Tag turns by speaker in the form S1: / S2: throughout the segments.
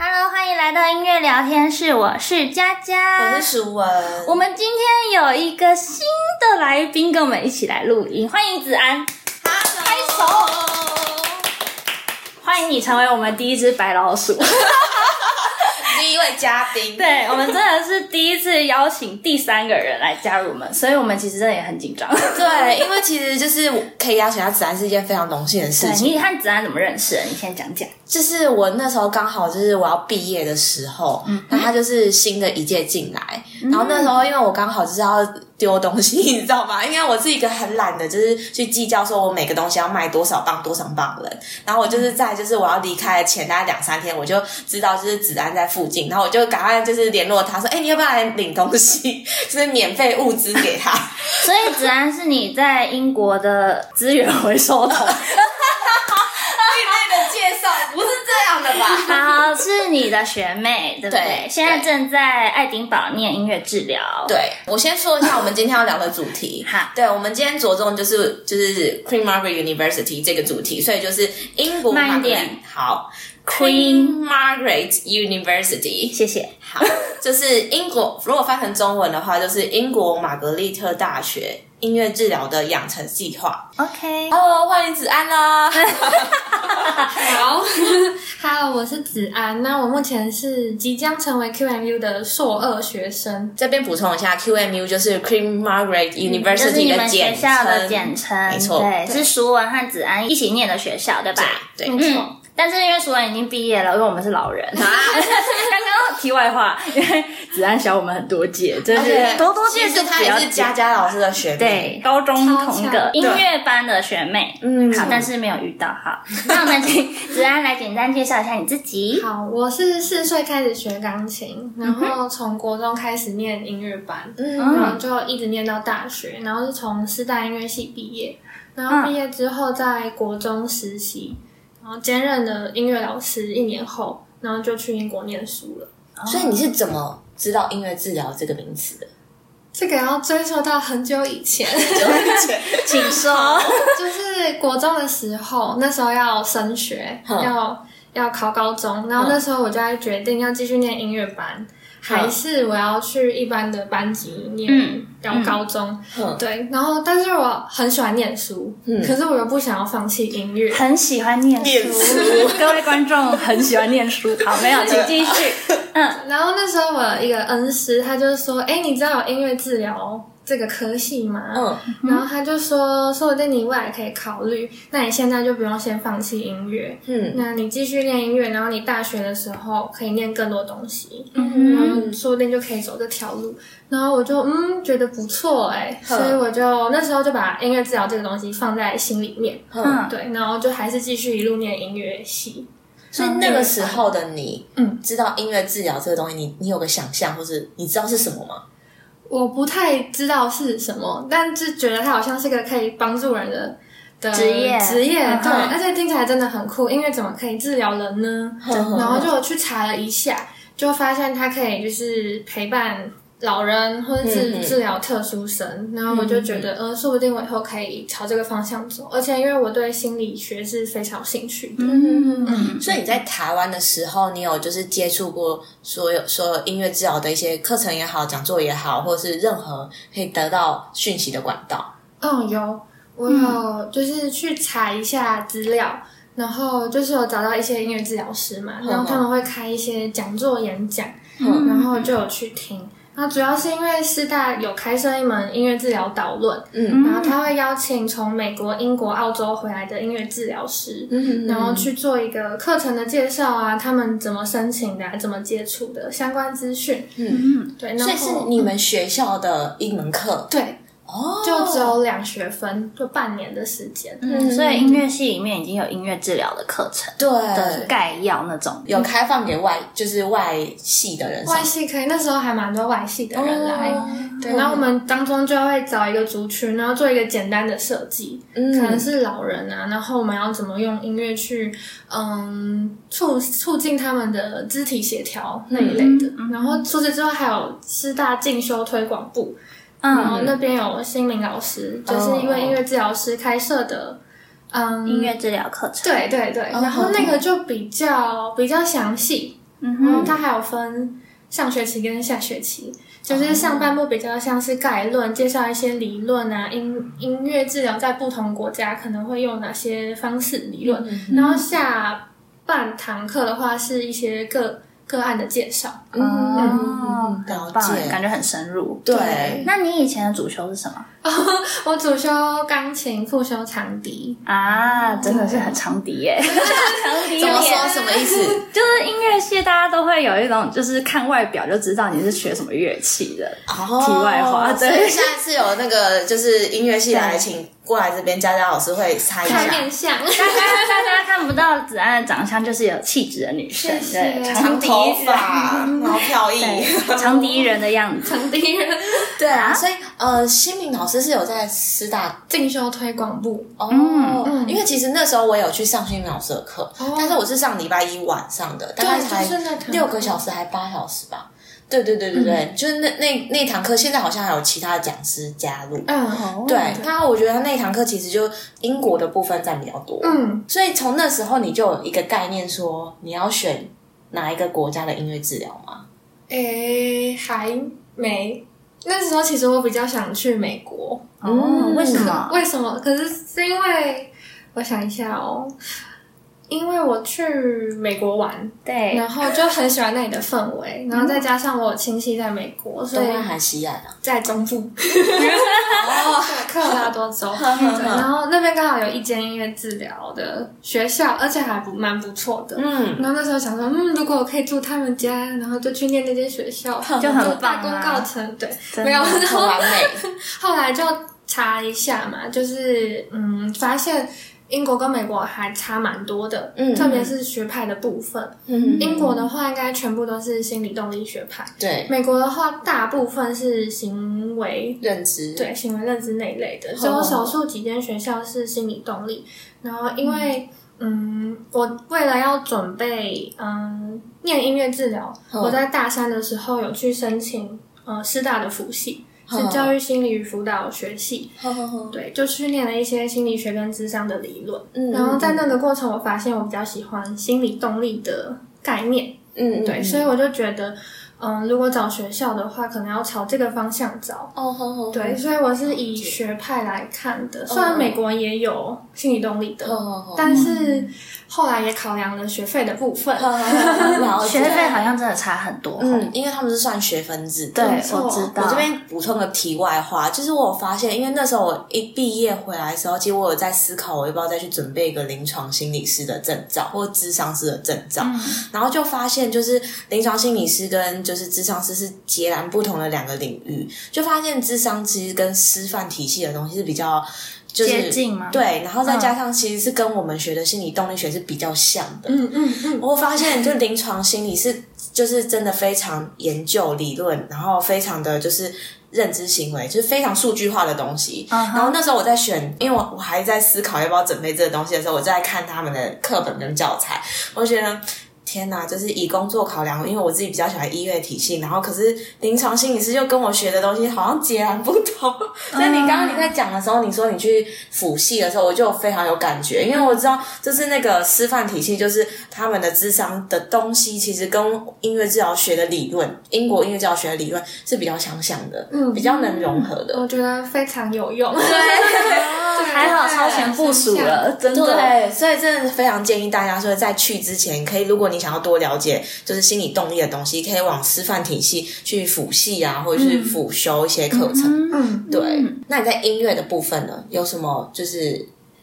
S1: 来到音乐聊天室，我是佳佳，
S2: 我是舒文。
S1: 我们今天有一个新的来宾跟我们一起来录音，欢迎子安，
S2: 拍
S1: 手。欢迎你成为我们第一只白老 鼠。
S2: 第一位嘉宾，
S1: 对我们真的是第一次邀请第三个人来加入我们，所以我们其实真的也很紧张。
S2: 对，因为其实就是可以邀请他，自然是一件非常荣幸的事
S1: 对
S2: 情。
S1: 你和子安怎么认识的？你先讲讲。
S2: 就是我那时候刚好就是我要毕业的时候，那他就是新的一届进来，然后那时候因为我刚好就是要丢东西， 你知道吗？因为我是一个很懒的，就是去计较说我每个东西要卖多少磅多少磅的人。然后我就是在就是我要离开前大概两三天，我就知道就是子安在附近，然后我就赶快就是联络他说，哎、你要不要来领东西？ 就是免费物资给他。
S1: 所以子安是你在英国的资源回收桶，
S2: 另类的介绍不是这样的吧？
S1: 好，是你的学 妹，对不对？
S2: 对
S1: 现在正在爱丁堡念音乐治疗。，
S2: 对，我先说一下我们今天要聊的主题
S1: 好。
S2: 对，我们今天着重就是就是 Queen Margaret University 这个主题，所以就是英国
S1: 慢一
S2: 玛格丽
S1: 点
S2: 好
S1: Queen
S2: Queen Margaret University
S1: 谢谢。
S2: 好， 就是英国如果翻成中文的话，就是英国玛格丽特大学音乐治疗的养成计划。
S1: OK，
S2: 哦，欢迎子安啦！
S3: 好 ，Hello，我是子安。那我目前是即将成为 QMU 的硕二学生。
S2: 这边补充一下，QMU 就是 Queen Margaret
S1: 就是你
S2: University
S1: 们
S2: 的
S1: 学
S2: 简
S1: 校的
S2: 称。
S1: 简称，
S2: 没错
S1: 对，
S2: 对
S1: 是舒文和子安一起念的学校，对吧？
S2: 对，
S3: 没错，
S1: 嗯但是因为舒文已经毕业了，因为我们是老人。
S2: 啊
S1: 刚刚题外话，因为子安小我们很多届，就
S2: 而
S1: 是
S2: 且
S1: 多多届
S2: 其实
S1: 就
S2: 他
S1: 比
S2: 也
S1: 较
S2: 是佳佳老师的学妹，
S1: 对，高中同个
S3: 超强
S1: 音乐班的学妹，
S2: 嗯
S1: 好，但是没有遇到。 好，那我们请子安来简单介绍一下你自己。
S3: 好，我是四岁开始学钢琴，然后从国中开始念音乐班，
S2: 嗯
S3: 然后就一直念到大学，然后是从师大音乐系毕业，然后毕业之后在国中实习，然后兼任了音乐老师一年后，然后就去英国念书了。
S2: 所以你是怎么知道音乐治疗这个名词的？
S3: 这个要追溯到很久以前。
S1: 请说。
S3: 就是国中的时候，那时候要升学，
S2: 嗯
S3: 要要考高中，然后那时候我就在决定要继续念音乐班，还是我要去一般的班级念
S1: 嗯
S3: 然后高中。
S2: 嗯
S3: 对，然后但是我很喜欢念书，
S2: 嗯
S3: 可是我又不想要放弃音乐。
S1: 很喜欢念
S2: 念书，
S1: 各位观众很喜欢念书。好，没有，请继续。嗯，
S3: 然后那时候我一个恩师，他就说：“哎，你知道有音乐治疗这个科系吗？”
S2: 嗯，
S3: 然后他就说：“说不定你未来可以考虑，那你现在就不用先放弃音乐。”
S2: 嗯，
S3: 那你继续练音乐，然后你大学的时候可以练更多东西，
S1: 嗯
S3: 然后说不定就可以走这条路。然后我就嗯觉得不错哎、
S2: 嗯
S3: 所以我就那时候就把音乐治疗这个东西放在心里面，
S2: 嗯，
S3: 对，然后就还是继续一路念音乐系。
S2: 所以那个时候的你，
S3: 嗯，
S2: 知道音乐治疗这个东西，你你有个想象，或是你知道是什么吗？
S3: 我不太知道是什么，但是觉得它好像是个可以帮助人的。的
S1: 职业
S3: 职业，
S1: 嗯
S3: 对，
S2: 嗯
S3: 而且听起来真的很酷。音乐怎么可以治疗人呢？
S2: 然
S3: 然后就我去查了一下，就发现它可以就是陪伴老人或者治、
S2: 嗯嗯
S3: 治疗特殊生，然后我就觉得，呃，说不定我以后可以朝这个方向走。而且因为我对心理学是非常有兴趣的，
S1: 嗯，
S2: 所以你在台湾的时候，你有就是接触过所有所有音乐治疗的一些课程也好、讲座也好，或者是任何可以得到讯息的管道。
S3: 嗯，有，我有就是去查一下资料，然后就是有找到一些音乐治疗师嘛，然后他们会开一些讲座、演讲，
S2: 嗯
S3: 然后就有去听。那主要是因为师大有开设一门音乐治疗导论，
S2: 嗯
S3: 然后他会邀请从美国、英国、澳洲回来的音乐治疗师，
S2: 嗯
S3: 然后去做一个课程的介绍啊，他们怎么申请的啊、怎么接触的相关资讯。
S2: 嗯，
S3: 对，然后
S2: 所以是你们学校的一门课
S3: 对，
S2: 哦，
S3: 就只有两学分，就半年的时间。
S2: 嗯
S1: 所以音乐系里面已经有音乐治疗的课程的
S2: 对，
S1: 概要那种。
S2: 有开放给外就是外系哦的人上
S3: 外系可以，那时候还蛮多外系的人来。对，然后我们当中就会找一个族群，然后做一个简单的设计，
S2: 嗯
S3: 可能是老人啊，然后我们要怎么用音乐去，嗯，促促进他们的肢体协调那一类的。
S1: 嗯
S3: 然后除此之外，还有师大进修推广部，然后
S1: 嗯，哦
S3: 那边有心灵老师，就是一位音乐治疗师开设的，嗯，
S1: 音乐治疗课程。哦
S3: 对对对，然后那个就比较比较详细，
S1: 嗯
S3: 然后
S1: 哼，
S3: 它还有分上学期跟下学期，就是上半部比较像是概论，介绍一些理论啊，音音乐治疗在不同国家可能会用哪些方式理论，
S1: 嗯
S3: 然后下半堂课的话是一些个个案的介绍。
S1: 哦
S2: 嗯，了
S1: 棒
S2: 解，
S1: 感觉很深入。
S2: 对
S1: 那你以前的主修是什么
S3: 我主修钢琴，副修长笛，
S1: 啊？真的是很长笛耶，长笛
S2: 怎么
S1: 耶
S2: 说什么意思？
S1: 就是音乐系，大家都会有一种，就是看外表就知道你是学什么乐器的。
S2: 哦
S1: 题外话对
S2: 所以下次有那个就是音乐系来，请过来这边，佳佳老师会猜一
S3: 看
S2: 下。
S3: 面相。
S1: 大家大家看不到子安的长相，就是有气质的女生，
S3: 谢谢
S1: 对，
S2: 长
S1: 笛
S2: 头发，然后飘逸。
S1: 对，长笛人的样子。
S3: 长笛人
S2: 对啊，所以呃，新民老师是有在师大
S3: 进修推广部，
S2: 哦，
S3: 嗯哦
S2: 因为其实那时候我有去上新民老师的课，但是我是上礼拜一晚上的，大概才
S3: 就是那堂嗯
S2: 六个小时还八小时吧。对对对对对，就是那那那堂课，现在好像还有其他的讲师加入。
S3: 嗯，
S2: 对，那我觉得那一堂课其实就英国的部分占比较多，
S3: 嗯，
S2: 所以从那时候你就有一个概念说你要选哪一个国家的音乐治疗吗？
S3: 诶、还没。那时候其实我比较想去美国，
S1: 哦，为什么？
S3: 为什么？可是是因为我想一下哦，因为我去美国玩，
S2: 嗯
S1: 对，
S3: 然后就很喜欢那里的氛围，然后再加上我有亲戚在美国，所以
S2: 东岸还啊是西亚的？
S3: 在中部， 哦，科罗拉 多州，
S2: 嗯
S3: 对然后那边刚好有一间音乐治疗的学校，而且还不蛮不错的，
S2: 嗯，
S3: 然后那时候想说，嗯，如果我可以住他们家，然后就去念那间学校，
S1: 就很棒
S3: 大
S1: 啊
S3: 功告成。对，
S1: 真的
S3: 没有。 然
S2: 很
S3: 后
S2: 完美。
S3: 后来就查一下嘛，就是嗯，发现英国跟美国还差蛮多的，
S2: 嗯
S3: 特别是学派的部分。
S2: 嗯，
S3: 英国的话，应该全部都是心理动力学派；
S2: 对，
S3: 美国的话，大部分是行为
S2: 认知，
S3: 对行为认知那一类
S2: 哦
S3: 的，只有少数几间学校是心理动力。然后因为嗯我为了要准备嗯念音乐治疗，
S2: 嗯
S3: 我在大三的时候有去申请呃师大的辅系，是
S2: 嗯
S3: 教育心理与辅导学系，
S2: 呵呵呵，
S3: 对，就去念了一些心理学跟智商的理论。
S2: 嗯
S3: 然后在那个过程，我发现我比较喜欢心理动力的概念，
S2: 嗯，
S3: 对，所以我就觉得。嗯，如果找学校的话，可能要朝这个方向找。
S2: 哦，呵呵，
S3: 对，嗯所以我是以学派来看的。虽然美国也有心理动力的，
S2: 呵呵呵，
S3: 但是后来也考量了学费的部分。
S2: 呵呵呵了解
S1: 学费好像真的差很多。哦
S2: 嗯，因为他们是算学分制的，
S1: 对，
S3: 没错
S1: 我知道。嗯
S2: 我这边补充个题外话，就是我有发现，因为那时候我一毕业回来的时候，其实我有在思考，我要不要再去准备一个临床心理师的证照或智商师的证照，然后就发现，就是临床心理师跟就是智商师是截然不同的两个领域，就发现智商其实跟师范体系的东西是比较。就是
S1: 接近吗嗯
S2: 对，然后再加上其实是跟我们学的心理动力学是比较像的，
S3: 嗯嗯嗯，
S2: 我发现，就临床心理是就是真的非常研究理论，然后非常的就是认知行为，就是非常数据化的东西。
S1: 嗯哼
S2: 然后那时候我在选，因为我我还在思考要不要准备这个东西的时候，我就在看他们的课本跟教材，我就觉得。天呐，就是以工作考量，因为我自己比较喜欢医乐体系，然后可是临床心理师就跟我学的东西好像截然不同。 所以你刚刚你在讲的时候，你说你去辅系的时候，我就非常有感觉，因为我知道就是那个师范体系，就是他们的智商的东西，其实跟音乐治疗学的理论，英国音乐治疗学的理论是比较相像的，嗯，比较能融合的。
S3: 我觉得非常有用。对，
S1: 还好超前部署了，真的。
S2: 对，所以真的非常建议大家说，在去之前，可以如果你想要多了解就是心理动力的东西，可以往师范体系去辅系啊，或者是辅修一些课程。
S3: 嗯，
S2: 对，那你在音乐的部分呢，有什么就是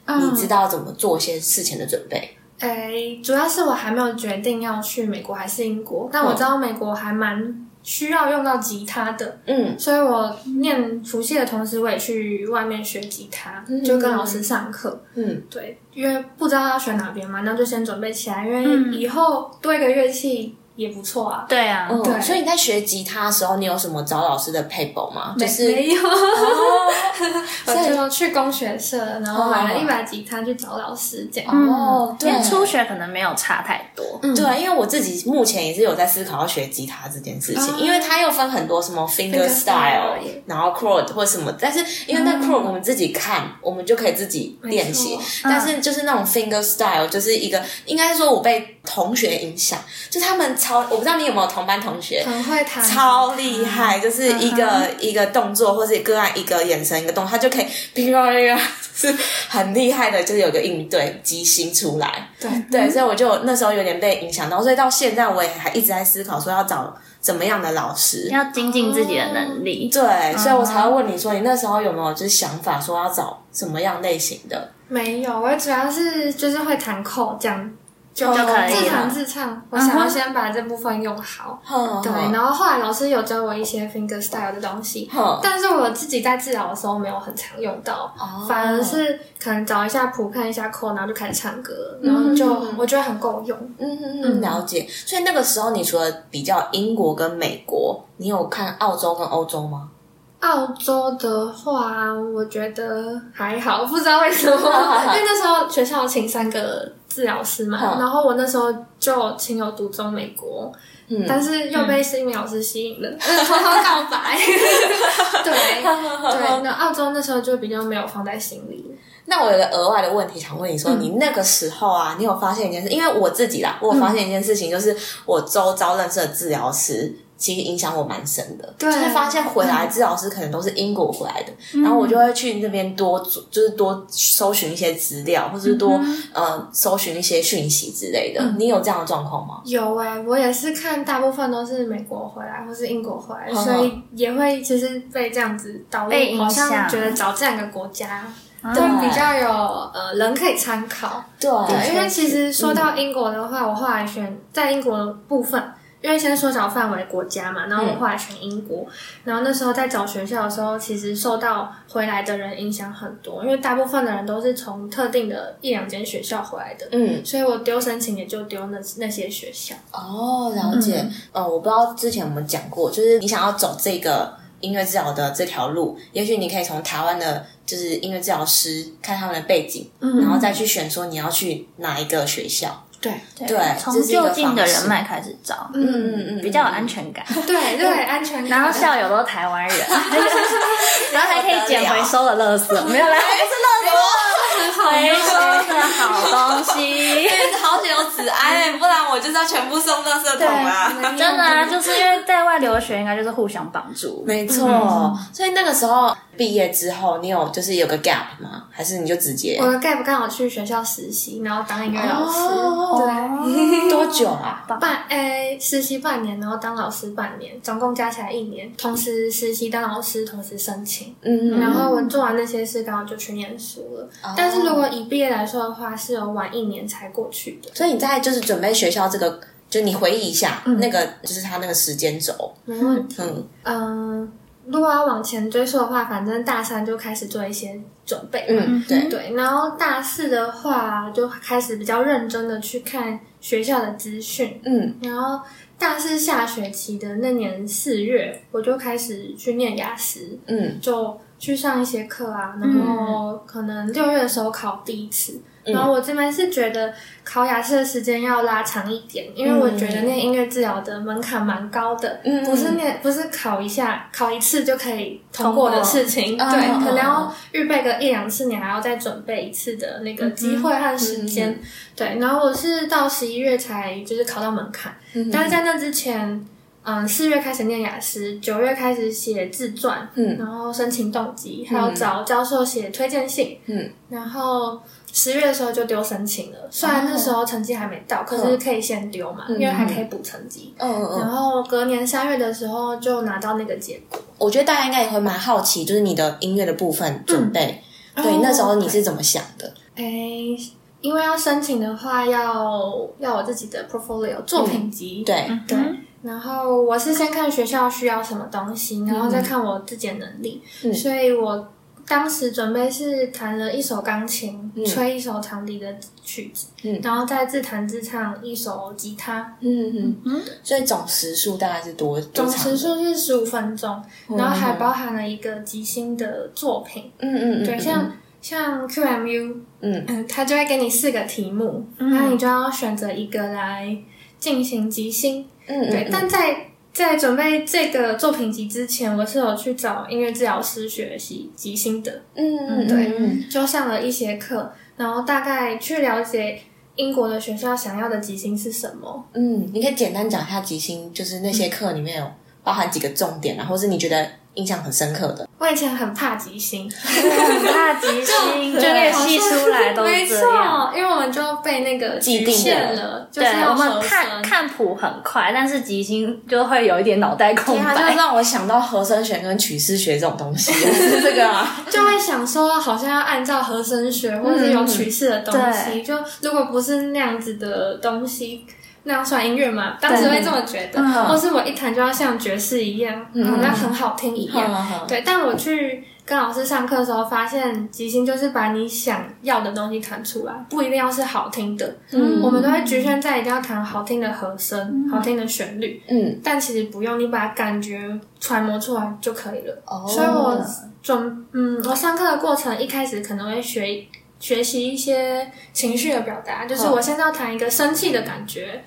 S2: 你知道怎么做一些事情的准备？
S3: 诶，主要是我还没有决定要去美国还是英国，但我知道美国还蛮需要用到吉他的，
S2: 嗯，
S3: 所以我念辅系的同时，我也去外面学吉他，就跟老师上课。
S2: 嗯，
S3: 对，因为不知道要选哪边嘛，那就先准备起来，因为以后多一个乐器也不错啊。
S1: 嗯对啊，
S2: 对。哦所以你在学吉他的时候，你有什么找老师的配宝吗？就是
S3: 没 有， 我就去工学社，然后买
S1: 哦
S3: 了一把吉他去找老师讲。
S1: 嗯
S2: 哦，对
S1: 因为，初学可能没有差太多。嗯，
S2: 对，因为我自己目前也是有在思考要学吉他这件事情，因为它又分很多什么 finger style，
S3: Finger style 也
S2: 然后 chord 或什么，但是因为那 chord 我们自己看，我们就可以自己练习
S3: 没错，
S2: 但是就是那种 finger style 就是一个，应该是说我被同学影响，就他们超，我不知道你有没有同班同学，
S3: 很会弹，
S2: 超厉害，就是一个、一个动作或是个案一个眼神一个动作，他就可以乒乓乓，就是很厉害的，就是有个应对机心出来。
S3: 对
S2: 对，所以我就那时候有点被影响到，所以到现在我也还一直在思考说要找怎么样的老师。
S1: 要精进自己的能力。
S2: 对，所以我才会问你说，你那时候有没有就是想法说要找什么样类型的？
S3: 没有，我主要是就是会弹扣这样。就
S1: 就可以啊嗯
S3: 自
S1: 了
S3: 弹自唱，我想要先把这部分用好。
S2: 哼
S1: 哦
S3: 对，
S2: 哼
S3: 然后后来老师有教我一些 finger style 的东西，
S2: 哼
S3: 但是我自己在治疗的时候没有很常用到，
S2: 哦
S3: 反而是可能找一下谱看一下扣，然后就开始唱歌，然后就、我觉得很够用。
S2: 嗯嗯嗯，了解。所以那个时候，你除了比较英国跟美国，你有看澳洲跟欧洲吗？
S3: 澳洲的话，我觉得还好，不知道为什么， 因为那时候学校请三个治疗师嘛，
S2: 嗯
S3: 然后我那时候就情有独钟美国，
S2: 嗯
S3: 但是又被新民老师吸引了， 偷偷告 白。对对，那澳洲那时候就比较没有放在心里。
S2: 那我有个额外的问题想问你
S3: 嗯
S2: 说，你那个时候啊，你有发现一件事？因为我自己啦，我有发现一件事情，就是我周遭认识的治疗师。其实影响我蛮深的，
S3: 嗯对嗯
S2: 就是发现回来治疗师可能都是英国回来的，然后我就会去那边多就是多搜寻一些资料，或者是
S3: 嗯
S2: 多、呃搜寻一些讯息之类的。你有这样的状况吗？
S3: 有哎、我也是看大部分都是美国回来或是英国回来，
S2: 好
S3: 所以也会其实被这样子导
S1: 嗯被
S3: 入，
S1: 影
S3: 好
S1: 响
S3: 像觉得找这两个国家。
S1: 嗯
S2: 哦
S1: 嗯
S3: 就比较有呃人可以参考，
S2: 对，
S3: 对，因为其实说到英国的话，我后来选在英国的部分，因为先缩小范围国家嘛，然后
S1: 嗯
S3: 我后来选英国，然后那时候在找学校的时候，其实受到回来的人影响很多，因为大部分的人都是从特定的一两间学校回来的，
S2: 嗯，
S3: 所以我丢申请也就丢那那些学校，
S2: 哦，了解。
S1: 嗯
S2: 呃，我不知道之前我们讲过，就是你想要走这个音乐治疗的这条路，也许你可以从台湾的，就是音乐治疗师看他们的背景，然后再
S1: 嗯
S2: 去选说你要去哪一个学校。
S3: 嗯对
S2: 对，
S1: 从
S2: 这是一个
S1: 就近的
S2: 方式
S1: 人。脉开始找，
S2: 嗯嗯嗯，
S1: 比较 有安全感。
S3: 对对，安全感，
S1: 然后校友都是台湾人，然后还可以捡回收的垃圾，没有啦，
S3: 回
S1: 回收的好东 西。
S2: 全。好想有子安，不然我就是要全部送到圾桶啦。
S3: 对，
S1: 真的啊，就是因为在外留学，应该就是互相帮助。
S2: 没错，
S1: 嗯
S2: 所以那个时候毕业之后，你有就是有个 gap 吗？还是你就直接
S3: 我的 gap 刚好去学校实习，然后当音乐老师，
S2: 哦
S3: 对，
S2: 多久啊？
S3: 半诶、实习半年，然后当老师半年，总共加起来一年。同时实习当老师，同时申请，
S2: 嗯，
S3: 然后我做完那些事，刚好就去念书了。但是如果以毕业来说的话，是有晚一年才过去的。
S2: 所以你在就是准备学校这个，就你回忆一下、
S3: 嗯
S2: 那个，就是他那个时间轴，
S3: 没问题。
S2: 嗯，
S3: 嗯、如果要往前追溯的话，反正大三就开始做一些准备。
S2: 嗯，对，
S3: 对，然后大四的话，就开始比较认真的去看学校的资讯，
S2: 嗯，
S3: 然后大四下学期的那年四月，我就开始去念雅思，
S2: 嗯，
S3: 就去上一些课啊，然后可能六月的时候考第一次。然后我这边是觉得考雅思的时间要拉长一点，因为我觉得念音乐治疗的门槛蛮高的，
S2: 嗯
S3: 不是念不是考一下考一次就可以通过的事情，
S2: 通过
S3: 对，
S2: 嗯嗯
S3: 可能要预备个一两次，你还要再准备一次的那个机会和时间，对。然后我是到十一月才就是考到门槛，
S2: 嗯
S3: 但是在那之前，嗯，四月开始念雅思，九月开始写自传，
S2: 嗯
S3: 然后申请动机，还有找教授写推荐信，
S2: 嗯，
S3: 然后十月的时候就丢申请了。虽
S2: 哦
S3: 然那时候成绩还没到，可是可以先丢嘛，因为还可以补成绩。
S2: 嗯嗯嗯，
S3: 然后隔年三月的时候就拿到那个结果。
S2: 我觉得大家应该也会蛮好奇，就是你的音乐的部分准备，对，
S3: 哦
S2: 那时候你是怎么想的？
S3: 诶，哎因为要申请的话，要要我自己的 portfolio 作品集，
S2: 嗯对，嗯
S3: 对，然后我是先看学校需要什么东西，然后
S2: 嗯
S3: 再看我自己的能力。所以我当时准备是弹了一首钢琴，吹一首长笛的曲子，
S2: 嗯
S3: 然后再自弹自唱一首吉他。
S2: 嗯嗯，所以总时数大概是多
S3: 总
S2: 总
S3: 时，数是十五分钟，然后还包含了一个即兴的作品，
S2: 嗯嗯嗯，
S3: 对，像。像 QMU，
S2: 嗯
S3: 嗯，他就会给你四个题目，然后你就要选择一个来进行即兴。
S2: 嗯
S3: 对，但在在准备这个作品集之前，我是有去找音乐治疗师学习即兴的，
S2: 嗯嗯
S3: 对，就上了一些课，然后大概去了解英国的学校想要的即兴是什么？
S2: 嗯，你可以简单讲一下即兴，就是那些课里面有包含几个重点啊，或是你觉得印象很深刻的。
S3: 我以前很怕 即兴，
S1: 很怕即嗯 兴，就那个戏出来都
S3: 没
S1: 是
S3: 错
S1: 这样。，
S3: 因为我们就被那个
S2: 既
S3: 局
S2: 定
S3: 限
S2: 了
S3: 了，就
S1: 对
S3: 是要
S1: 我们
S3: 和
S1: 看
S3: 声
S1: 看谱很快，但是即兴就会有一点脑袋空
S2: 天啊，就
S1: 白。
S2: 让我想到和声学跟曲式学这种东西， 是这个啊。
S3: 就会想说，好像要按照和声学或者是有曲式的东西，就如果不是那样子的东西，那样算音乐嘛？当时会这么觉得，
S1: 嗯
S3: 或是我一弹就要像爵士一样，
S2: 嗯
S3: 好像很好听一样。对，但我去跟老师上课的时候，发现即兴就是把你想要的东西弹出来，不一定要是好听的。
S2: 嗯
S3: 我们都会局限在一定要弹好听的和声、好听的旋律，
S2: 嗯，
S3: 但其实不用，你把感觉揣摩出来就可以了。
S2: 哦
S3: 所以我准嗯，我上课的过程一开始可能会学学习一些情绪的表达，就是我现在要谈一个生气的感觉，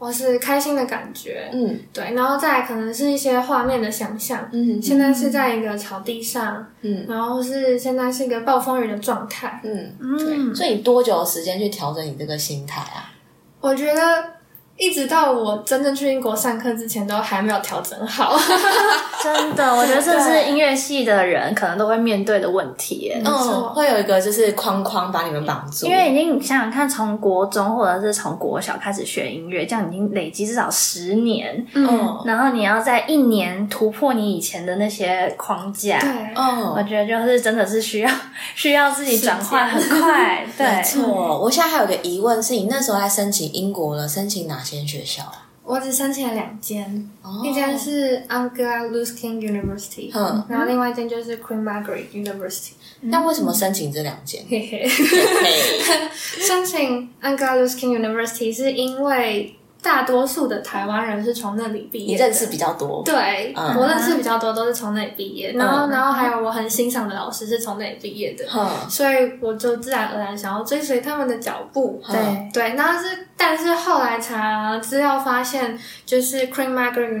S3: 或是开心的感觉，
S2: 嗯
S3: 对，然后再来可能是一些画面的想象。
S2: 嗯
S3: 现在是在一个草地上，
S2: 嗯
S3: 然后是现在是一个暴风雨的状态。
S2: 嗯，
S1: 嗯，
S2: 所以你多久的时间去调整你这个心态啊？
S3: 我觉得一直到我真正去英国上课之前，都还没有调整好。
S1: 真的，我觉得这是音乐系的人可能都会面对的问题耶。
S3: 没错
S2: 嗯，会有一个就是框框把你们绑住，
S1: 因为已经你想想看，从国中或者是从国小开始学音乐，这样已经累积至少十年，
S2: 嗯
S1: 然后你要在一年突破你以前的那些框架，
S3: 对，
S1: 我
S2: 嗯。
S1: 觉得就是真的是需要需要自己转换
S3: 时
S1: 很快，对
S2: 没，错，我现在还有个疑问，是你那时候在申请英国了，申请哪些学校啊？
S3: 我只申请了两间，
S2: 哦
S3: 一间是 Anglia Luthkin University，、
S2: 嗯
S3: 然后另外一间就是 Queen Margaret University。
S2: 那为什么申请这两间？
S3: 嘿嘿，
S2: 嘿
S3: 申请 Anglia Luthkin University 是因为大多数的台湾人是从那里毕
S2: 你
S3: 业
S2: 认
S3: 的。
S2: 识比较多，
S3: 对，
S2: 嗯
S3: 我认识比较多都是从那里毕业，然后然后还有我很欣赏的老师是从那里毕业的，
S2: 嗯
S3: 所以我就自然而然想要追随他们的脚步。
S1: 对
S3: 对，那是但是后来查资料发现，就是 Queen Margaret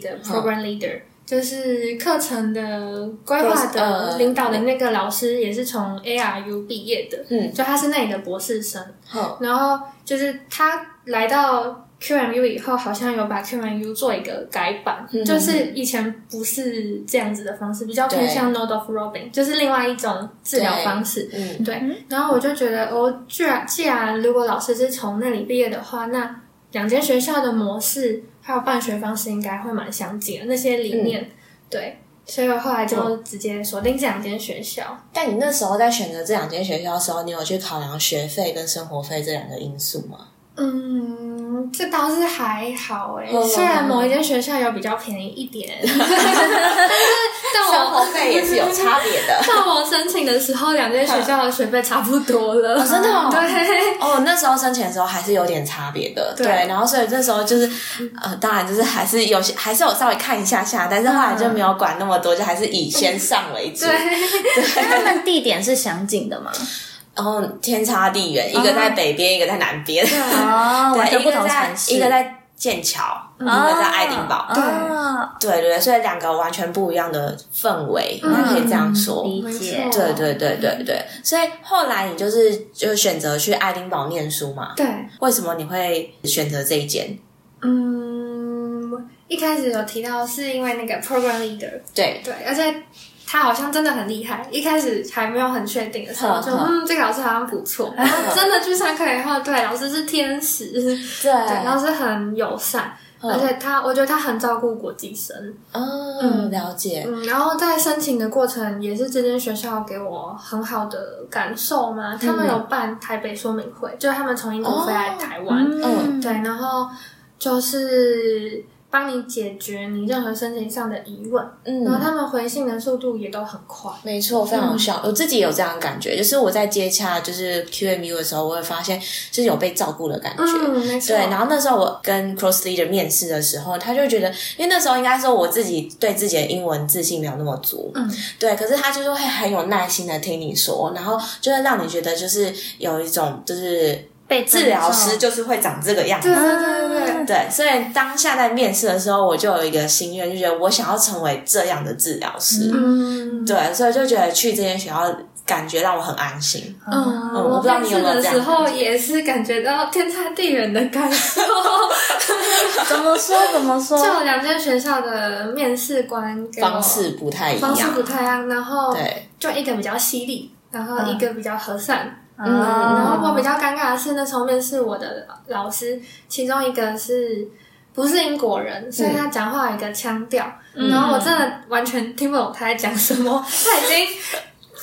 S2: 嗯
S3: 的 program leader，、就是课程的规划
S2: 就是呃
S3: 的领导的那个老师，也是从 ARU 毕业的，
S2: 嗯
S3: 就他是那里的博士生，
S2: 哼
S3: 然后就是他来到。QMU 以后好像有把 QMU 做一个改版，
S2: 嗯
S3: 就是以前不是这样子的方式，比较
S2: 对
S3: 偏向 Node of Robin，就是另外一种治疗
S2: 对
S3: 方式。
S2: 嗯
S3: 对，然后我就觉得，我居然既然如果老师是从那里毕业的话，那两间学校的模式还有办学方式应该会蛮相近的，那些理念，对，所以我后来就直接锁定这两间学校。
S2: 但你那时候在选择这两间学校的时候，你有去考量学费跟生活费这两个因素吗？
S3: 嗯，这倒是还好哎、
S2: 嗯
S3: 虽然某一间学校有比较便宜一 点，但是但
S2: 生活
S3: 我。
S2: 费也是有差别的
S3: 但我申请的时候，两间学校的学费差不多了，
S2: 真的哦
S3: 对。
S2: 哦，那时候申请的时候还是有点差别的，对
S3: 对
S2: 然后所以那时候就是，呃，当然就是还是有些还是有稍微看一下下，但是后来就没有管那么多，就还是以先上为主。
S1: 那他们地点是相近的嘛？
S2: 然后天差地远，一个在北边，一个在南边，
S1: 哦，完全
S2: 对，一
S1: 不
S2: 个
S1: 同
S2: 在
S1: 城市，
S2: 一个在剑桥，一个在爱丁堡，
S1: 哦哦
S2: 对对对，所以两个完全不一样的氛围，那、可以这样说。
S1: 嗯理
S3: 没
S1: 解
S3: 错，
S2: 对对对对对，所以后来你就是就选择去爱丁堡念书嘛？
S3: 对，
S2: 为什么你会选择这一间？
S3: 嗯，一开始有提到是因为那个 program leader，
S2: 对，
S3: 对，而且他好像真的很厉害。一开始还没有很确定的时候，
S2: 哼
S3: 就
S2: 哼
S3: 嗯，这个老师好像不 错。然后真的去上课以后，对，老师是天使，对，嗯
S2: 对，哦
S3: 老师很友善，而且他，我觉得他很照顾国际生。
S2: 嗯，了解，
S3: 嗯，然后在申请的过程，也是这间学校给我很好的感受嘛。他
S2: 嗯
S3: 们有办台北说明会，就是他们从英国飞来台湾，
S2: 嗯
S3: 对，然后就是帮你解决你任何申请上的疑问，然
S2: 嗯。
S3: 后他们回信的速度也都很快。
S2: 没错，非常有效。
S3: 嗯
S2: 我自己有这样的感觉，就是我在接洽就是 QMU 的时候，我会发现就是有被照顾的感觉。
S3: 嗯，没错。
S2: 对，然后那时候我跟 Cross Leader 面试的时候，他就觉得，因为那时候应该说我自己对自己的英文自信没有那么足，
S3: 嗯，
S2: 对，可是他就是会很有耐心的听你说，然后就会让你觉得就是有一种就是
S1: 被
S2: 治疗师就是会长这个样子
S3: 对，对对对对，
S2: 对，所以当下在面试的时候，我就有一个心愿，就觉得我想要成为这样的治疗师，
S3: 嗯，
S2: 对，所以就觉得去这间学校。感觉让我很安心。
S3: 嗯，
S2: 我不知道你有没有
S3: 面试
S2: 这
S3: 的
S2: 样
S3: 时候也是感觉到天差地远的 感受。
S1: 怎么说怎么说？
S3: 就两间学校的面试官给我
S2: 方式不太一样，
S3: 方式不太一样，然后
S2: 对，嗯
S3: 就一个比较犀利，然后一个比较和善。
S1: 嗯，
S3: 然
S1: 然
S3: 后
S1: 后
S3: 我比较尴尬的是，那时候面试我的老师，其中一个是不是英国人，
S2: 嗯
S3: 所以他讲话有一个腔调，然后我真的完全听不懂他在讲什么，他已经。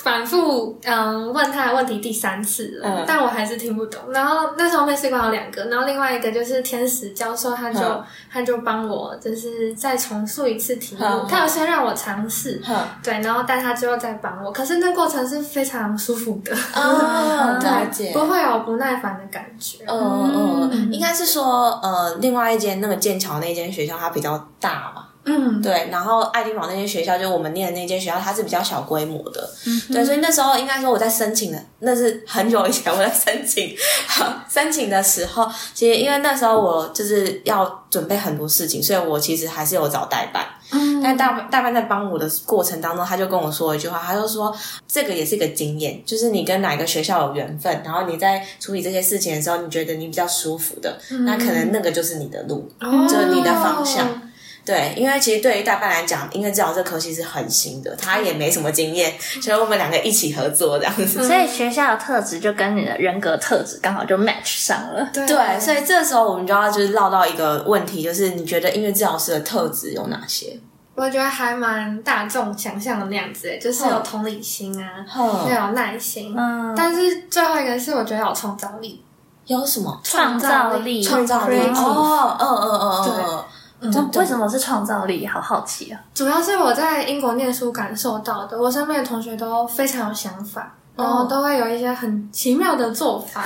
S3: 反复嗯问他的问题第三次了，
S2: 嗯
S3: 但我还是听不懂。然后那时候面试官有两个，然后另外一个就是天使教授，他就、
S2: 嗯
S3: 他就帮我就是再重述一次题目，
S2: 嗯
S3: 他有先让我尝试，
S2: 哼
S3: 对，然后但他之后再帮我，可是那过程是非常舒服的，
S2: 啊，了
S3: 对
S2: 解。
S3: 不会有不耐烦的感觉。
S2: 嗯嗯，应该是说，呃，另外一间那个剑桥那间学校它比较大嘛，
S3: 嗯，
S2: 对，然后爱丁堡那间学校，就是我们念的那间学校，它是比较小规模的，
S3: 嗯
S2: 对，所以那时候应该说我在申请的，那是很久以前我在申请申请的时候，其实因为那时候我就是要准备很多事情，所以我其实还是有找代办，
S3: 嗯
S2: 但大大班在帮我的过程当中，他就跟我说一句话，他就说这个也是一个经验，就是你跟哪一个学校有缘分，然后你在处理这些事情的时候，你觉得你比较舒服的，
S3: 嗯
S2: 那可能那个就是你的路，就是你的方向。
S3: 哦
S2: 对，因为其实对于大班来讲，音乐治疗这科系是很新的，他也没什么经验，所以我们两个一起合作这样子。
S1: 所以学校的特质就跟你的人格特质刚好就 match 上了。
S3: 对
S2: 对，所以这时候我们就要就是绕到一个问题，就是你觉得音乐治疗师的特质有哪些？
S3: 我觉得还蛮大众想象的那样子，就是有同理心啊，
S2: 哼
S3: 要有耐心，
S1: 嗯
S3: 但是最后一个是我觉得要有创造力，
S2: 有什么
S1: 创造力，
S2: 创造力？
S3: Creative
S2: 哦，嗯嗯嗯嗯嗯。
S1: 嗯为什么是创造力？好好奇啊！
S3: 主要是我在英国念书感受到的，我身边的同学都非常有想法，然后都会有一些很奇妙的做法。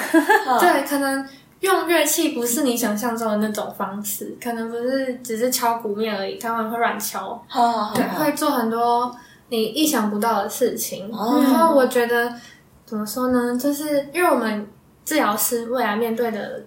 S3: 对，可能用乐器不是你想象中的那种方式，可能不是只是敲鼓面而已，他们会乱敲，
S2: 好好好
S3: 对，
S2: 好，
S3: 会做很多你意想不到的事情。
S2: 哦
S3: 然后我觉得怎么说呢，就是因为我们治疗师未来面对的，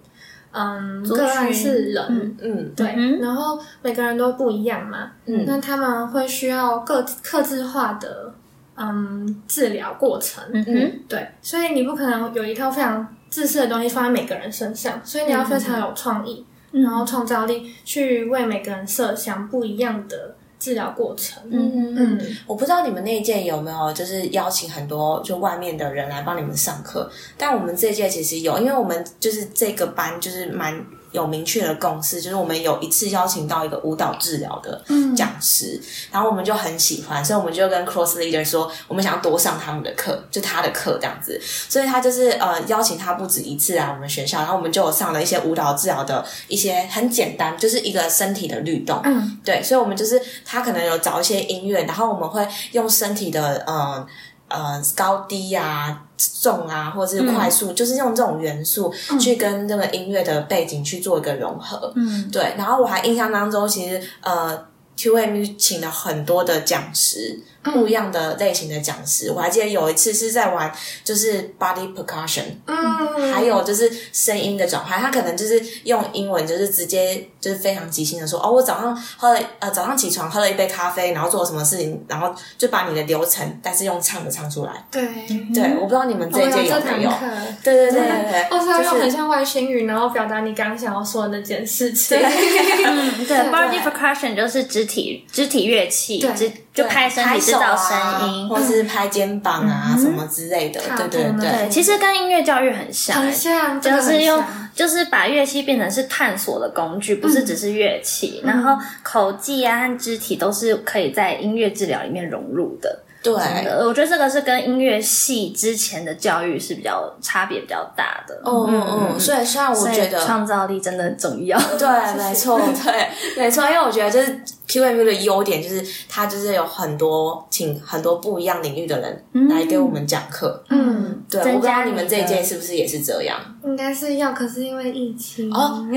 S3: 嗯，
S1: 族群
S3: 个案是人，
S2: 嗯，
S3: 对，
S1: 嗯
S3: 然后每个人都不一样嘛，
S2: 嗯
S3: 那他们会需要各各自化的嗯治疗过程，
S1: 嗯哼，
S3: 对，所以你不可能有一套非常自私的东西放在每个人身上，所以你要非常有创意，
S2: 嗯
S3: 然后创造力去为每个人设想不一样的治疗过程，
S2: 嗯
S3: 嗯，
S2: 我不知道你们那一届有没有就是邀请很多就外面的人来帮你们上课，但我们这一届其实有，因为我们就是这个班就是蛮有明确的共识，就是我们有一次邀请到一个舞蹈治疗的讲师，然后我们就很喜欢，所以我们就跟 Cross Leader 说，我们想要多上他们的课，就他的课这样子，所以他就是呃邀请他不止一次啊，我们学校，然后我们就有上了一些舞蹈治疗的一些很简单，就是一个身体的律动，
S3: 嗯，
S2: 对，所以我们就是他可能有找一些音乐，然后我们会用身体的呃呃高低啊、重啊，或者是快速，就是用这种元素去跟那个音乐的背景去做一个融合。
S1: 嗯，
S2: 对，然后我还印象当中，其实呃。QM 请了很多的讲师，不一样的类型的讲师。我还记得有一次是在玩就是 body percussion，
S3: 嗯，
S2: 还有就是声音的转换，他可能就是用英文，就是直接就是非常即兴的说，哦，我早上喝了呃早上起床喝了一杯咖啡，然后做了什么事情，然后就把你的流程，但是用唱的唱出来。
S3: 对，
S1: 嗯
S2: 对，我不知道你们嗯这
S3: 我
S2: 一届
S1: 哦
S2: 有
S3: 这
S2: 没
S3: 堂
S2: 有？
S3: 课。哦
S2: 对对对对
S3: 或是要
S2: 对，
S3: 用
S2: 就
S3: 很
S2: 是
S3: 像外星语，然后表达你刚刚想要说的那件事情。
S1: 嗯，对，body percussion 就是肢体肢体乐器，
S3: 对
S1: 肢就拍身体制
S2: 手
S1: 造
S2: 啊
S1: 声音。嗯
S2: 或是拍肩膀啊什么之类的。对对
S3: 踏步呢
S1: 对，
S2: 对，
S1: 其实跟音乐教育很像，欸
S3: 很像，真
S1: 就
S3: 的很
S1: 是用
S3: 像
S1: 就是把乐器变成是探索的工具，不是只是乐器。然后口技啊和肢体都是可以在音乐治疗里面融入的。
S2: 对。
S1: 呃，我觉得这个是跟音乐系之前的教育是比较差别比较大的。
S2: 嗯嗯嗯，所以虽然我觉得
S1: 所以创造力真的很重要。
S2: 对，没 错，对，没错，因为我觉得就是 QMU 的优点就是它就是有很多请很多不一样领域的人来给我们讲课。
S3: 嗯，
S2: 对，
S1: 嗯
S2: 我
S1: 增
S2: 不知
S1: 加
S2: 道你们这一
S1: 的
S2: 届是不是也是这样？
S3: 应该是要，可是因为疫情
S2: 哦